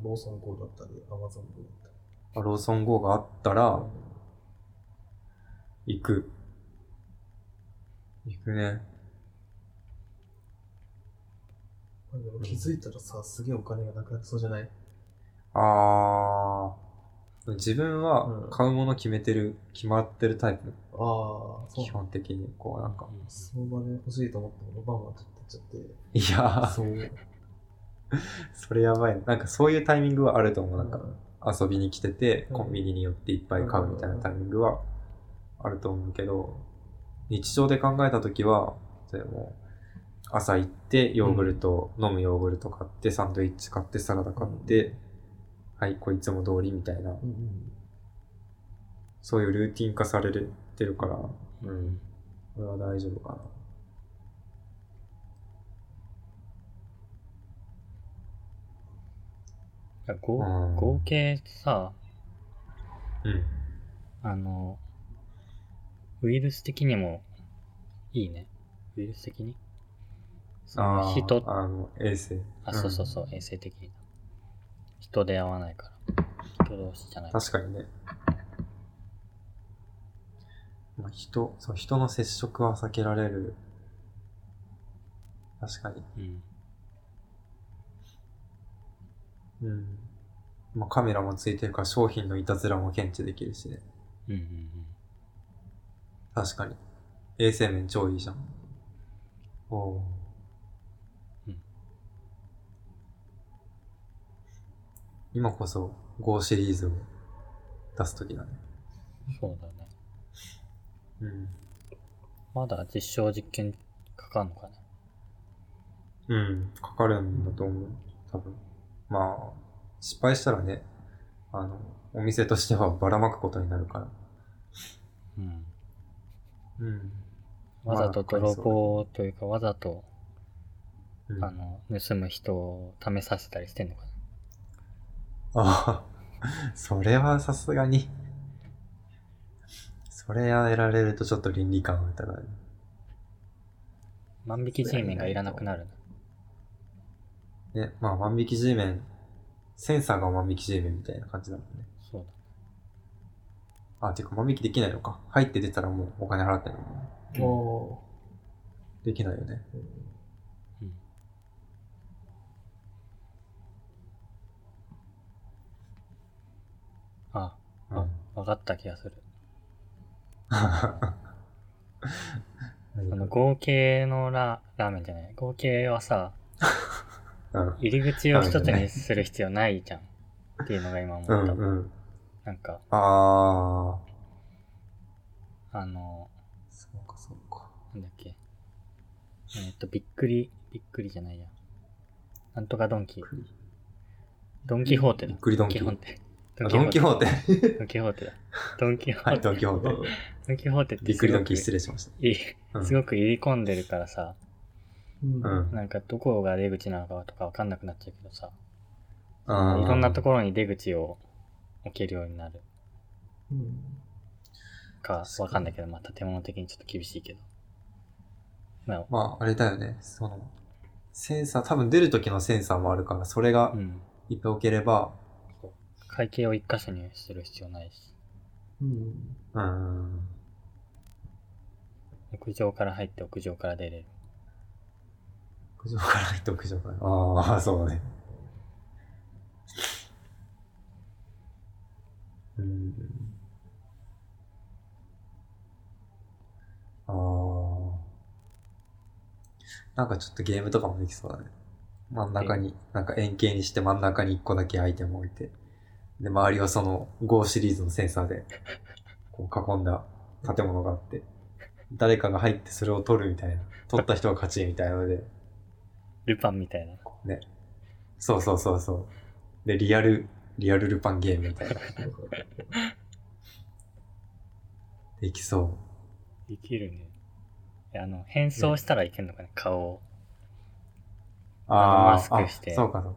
Speaker 5: ローソン GO だったり、アマゾン GO だったり。
Speaker 1: あローソン GO があったら、行く。行くね。
Speaker 5: まあでも気づいたらさ、すげえお金がなくなってそうじゃない
Speaker 1: あー。自分
Speaker 5: う
Speaker 1: は
Speaker 5: ん
Speaker 1: 買うもの決めてる、決まってるタイプ。
Speaker 5: ああ、そう
Speaker 1: 基本的に、こうなんか。
Speaker 5: 相場で欲しいと思ったものバンバン取ってっちゃって。
Speaker 1: いやー、
Speaker 5: そう。
Speaker 1: そ れやばい。なんかそういうタイミングはあると思う。なんか
Speaker 5: う
Speaker 1: 遊びに来てて、
Speaker 5: うん
Speaker 1: コンビニに寄っていっぱい買うみたいなタイミングはあると思うけど、日常で考えたときは、でも、朝行ってヨーグルト、飲むヨーグルト買って、サンドイッチ買って、サラダ買って、はい、こいつも通りみたいな、
Speaker 5: うんうん。
Speaker 1: そういうルーティン化されてるから、うん。これは大丈夫かな。
Speaker 2: だから合
Speaker 1: うん
Speaker 2: 合計さ、
Speaker 1: うん。
Speaker 2: あの、ウイルス的にもいいね。ウイルス的にその
Speaker 1: ー
Speaker 2: 人っ
Speaker 1: あの、衛生。
Speaker 2: あ、そうそう
Speaker 1: う
Speaker 2: そう、衛生的に。人で会わないから。人同士じゃない
Speaker 1: ん。。確かにね。まあ、人、そう、人の接触は避けられる。確かに。
Speaker 2: うん。
Speaker 1: うん。まあ、カメラもついてるから商品のいたずらも検知できるしね。
Speaker 2: うんうんうん。
Speaker 1: 確かに。衛生面超いいじゃん。おおー。
Speaker 2: うん
Speaker 1: 今こそ GO シリーズを出すときだね。
Speaker 2: そうだね。
Speaker 1: うん。
Speaker 2: まだ実証実験かかんのかね。
Speaker 1: うん、かかるんだと思う。多分。まあ、失敗したらね、あの、お店としてはばらまくことになるから。
Speaker 2: うん。
Speaker 1: うん。
Speaker 2: わざと
Speaker 1: まあ
Speaker 2: 泥棒というか、わざと、
Speaker 1: うん、
Speaker 2: あ
Speaker 1: あ
Speaker 2: の、盗む人を試させたりしてんのかな。
Speaker 1: あ、 それはさすがに。それやられるとちょっと倫理観を疑う。
Speaker 2: 万引き G メンがいらなくなるな。
Speaker 1: ね、まあ万引き G メン、センサーが万引き G メンみたいな感じだもんね。
Speaker 2: そうだ。
Speaker 1: あ、てか、万引きできないのか。入って出たらもうお金払ってんのもんね
Speaker 2: うん
Speaker 5: おー
Speaker 1: できないよね。
Speaker 2: あ、
Speaker 1: う
Speaker 2: あ
Speaker 1: ん。
Speaker 2: わかった気がする。あの、
Speaker 1: 何
Speaker 2: 合計のララーメンじゃない。合計はさ、
Speaker 1: うん
Speaker 2: 入り口を一つにする必要ないじゃん。っていうのが今思っ
Speaker 1: う
Speaker 2: た。
Speaker 1: んうん。
Speaker 2: なんか、
Speaker 1: あー、
Speaker 2: あの、
Speaker 1: そうかそうか。
Speaker 2: なんだっけ。えーっと、びっくり、びっくりじゃないや。なんとかドンキ。ドンキホーテだ。
Speaker 1: びっくりドンキ
Speaker 2: ホーテ。
Speaker 1: あドンキ
Speaker 2: ホ
Speaker 1: ホーテ。
Speaker 2: ーテ。ドンキホーテだ。ドンキホ
Speaker 1: は
Speaker 2: ー
Speaker 1: い、
Speaker 2: テ。
Speaker 1: ドンキホー テ。
Speaker 2: ドンキホーテって
Speaker 1: びっくりドンキ
Speaker 2: す
Speaker 1: 失
Speaker 2: ご
Speaker 1: 礼しまし
Speaker 2: くいい
Speaker 1: うん
Speaker 2: すごく入り込んでるからさ、
Speaker 5: うん
Speaker 1: た。うん。
Speaker 2: なんかどこが出口なのかとかわかんなくなっちゃうけどさ、
Speaker 1: あー
Speaker 2: いろんなところに出口を置けるようになる
Speaker 5: うん
Speaker 2: かわかんないけど、まあ建物的にちょっと厳しいけど。なお、
Speaker 1: まあ、あれだよね。その、センサー、多分出る時のセンサーもあるから、それが
Speaker 2: うん。
Speaker 1: いっぱい置ければ、
Speaker 2: 会計を一箇所にする必要ないし、
Speaker 5: うん
Speaker 1: うん。
Speaker 2: 屋上から入って屋上から出れる。
Speaker 1: 屋上から入って屋上から。ああ、そうね。うん。ああ。なんかちょっとゲームとかもできそうだね。真ん中に、なんか円形にして真ん中に1個だけアイテム置いて。で、周りはその GO シリーズのセンサーで、こう囲んだ建物があって、誰かが入ってそれを取るみたいな。取った人が勝ちみたいなので。
Speaker 2: ルパンみたいな。
Speaker 1: そうそうそうそう。で、リアル、リアルルパンゲームみたいな。できそ
Speaker 2: できるね。えあの、変装したらいけんのかね、顔を。
Speaker 1: う。
Speaker 2: あの
Speaker 1: ー
Speaker 2: マスクして
Speaker 1: あそうかそう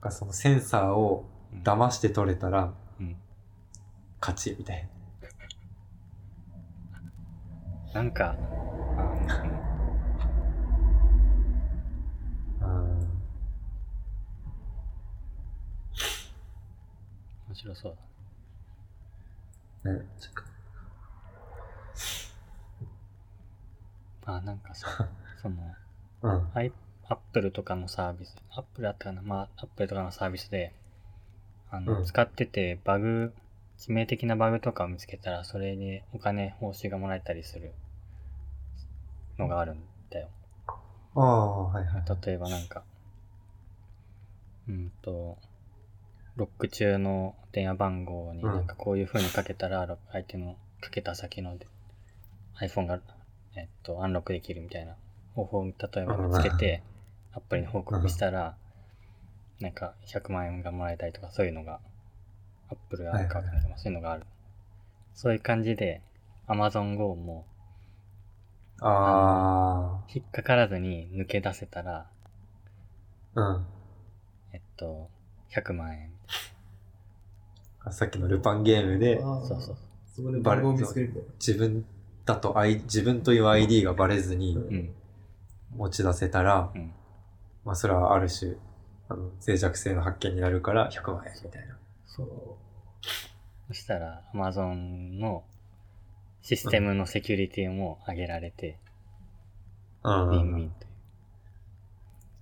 Speaker 1: か。そのセンサーを
Speaker 2: うん
Speaker 1: 騙して取れたら
Speaker 2: うん。
Speaker 1: 勝ちみたい
Speaker 2: なんか、あの
Speaker 1: な。うん
Speaker 2: 面白そうだ。
Speaker 1: ね、
Speaker 2: まあなん かさ、その、
Speaker 1: うん。
Speaker 2: アイアップルとかのサービス、アップルだったかな、まあ、アップルとかのサービスで、あの、
Speaker 1: うん
Speaker 2: 使っててバグ、致命的なバグとかを見つけたら、それにお金、報酬がもらえたりするのがあるんだよ。
Speaker 1: ああ、はいはい。
Speaker 2: 例えばなんか、うんと、ロック中の電話番号に
Speaker 1: うん
Speaker 2: なんかこういう風にかけたら、ロ相手のかけた先ので iPhone が、えっと、アンロックできるみたいな方法を例えば見つけて、アプリに報告したら、なんか100万円がもらえたりとか、そういうのが、アップルがあるかわかんないけどそういうのがある。そういう感じで、Amazon Go も
Speaker 1: あ
Speaker 2: 引っかからずに抜け出せたら、
Speaker 1: あ、うん
Speaker 2: えっと、100万円。
Speaker 1: あ。さっきのルパンゲームで
Speaker 5: あー
Speaker 2: そうそう。
Speaker 5: そこでバルを見つけるみたい
Speaker 1: 自分だと I、自分という ID がバレずに
Speaker 2: うん。
Speaker 1: 持ち出せたら、
Speaker 2: うん。
Speaker 1: まあ、それはある種、あの、脆弱性の発見になるから100万円みたいな。
Speaker 5: そう
Speaker 2: そしたら、Amazon のシステムのセキュリティも上げられて、ウ
Speaker 1: う
Speaker 2: ィンウィン
Speaker 1: ん。
Speaker 2: という。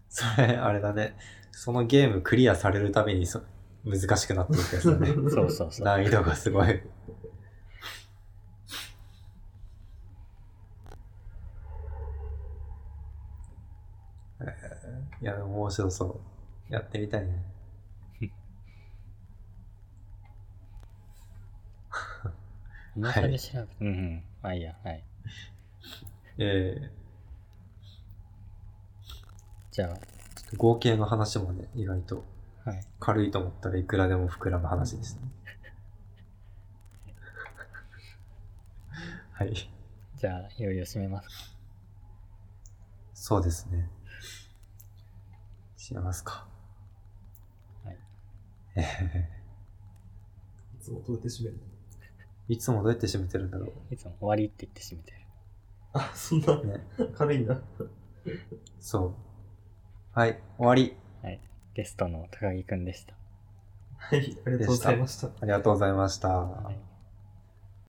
Speaker 1: それ、あれだね。そのゲームクリアされるたびにそ難しくなっていくやつだね。
Speaker 2: そうそうそう。
Speaker 1: 難易度がすごい。えーいや、でも面白そう。やってみたいね。
Speaker 2: 重さで調べて。うんうん。まあいいや。はい。
Speaker 1: ええ
Speaker 2: じゃ
Speaker 1: ちょっと合計の話もね、意外と
Speaker 2: あ、はい。
Speaker 1: 軽いと思ったらいくらでも膨らむ話でしたね。はい。
Speaker 2: じゃあ、いよいよ締めますか。
Speaker 1: そうですね。しますか。
Speaker 2: はい。
Speaker 5: いつもどうやって閉めるの
Speaker 1: いつもどうやって締めてるんだろ
Speaker 2: いつも終わりって言って締めてる。
Speaker 5: あそんな
Speaker 1: う。ね。
Speaker 5: 軽いんだ
Speaker 1: そう。はい。終わり。
Speaker 2: ゲストの高木くんでした。
Speaker 5: はいありがとうございました
Speaker 1: ありがとうございました。
Speaker 2: はい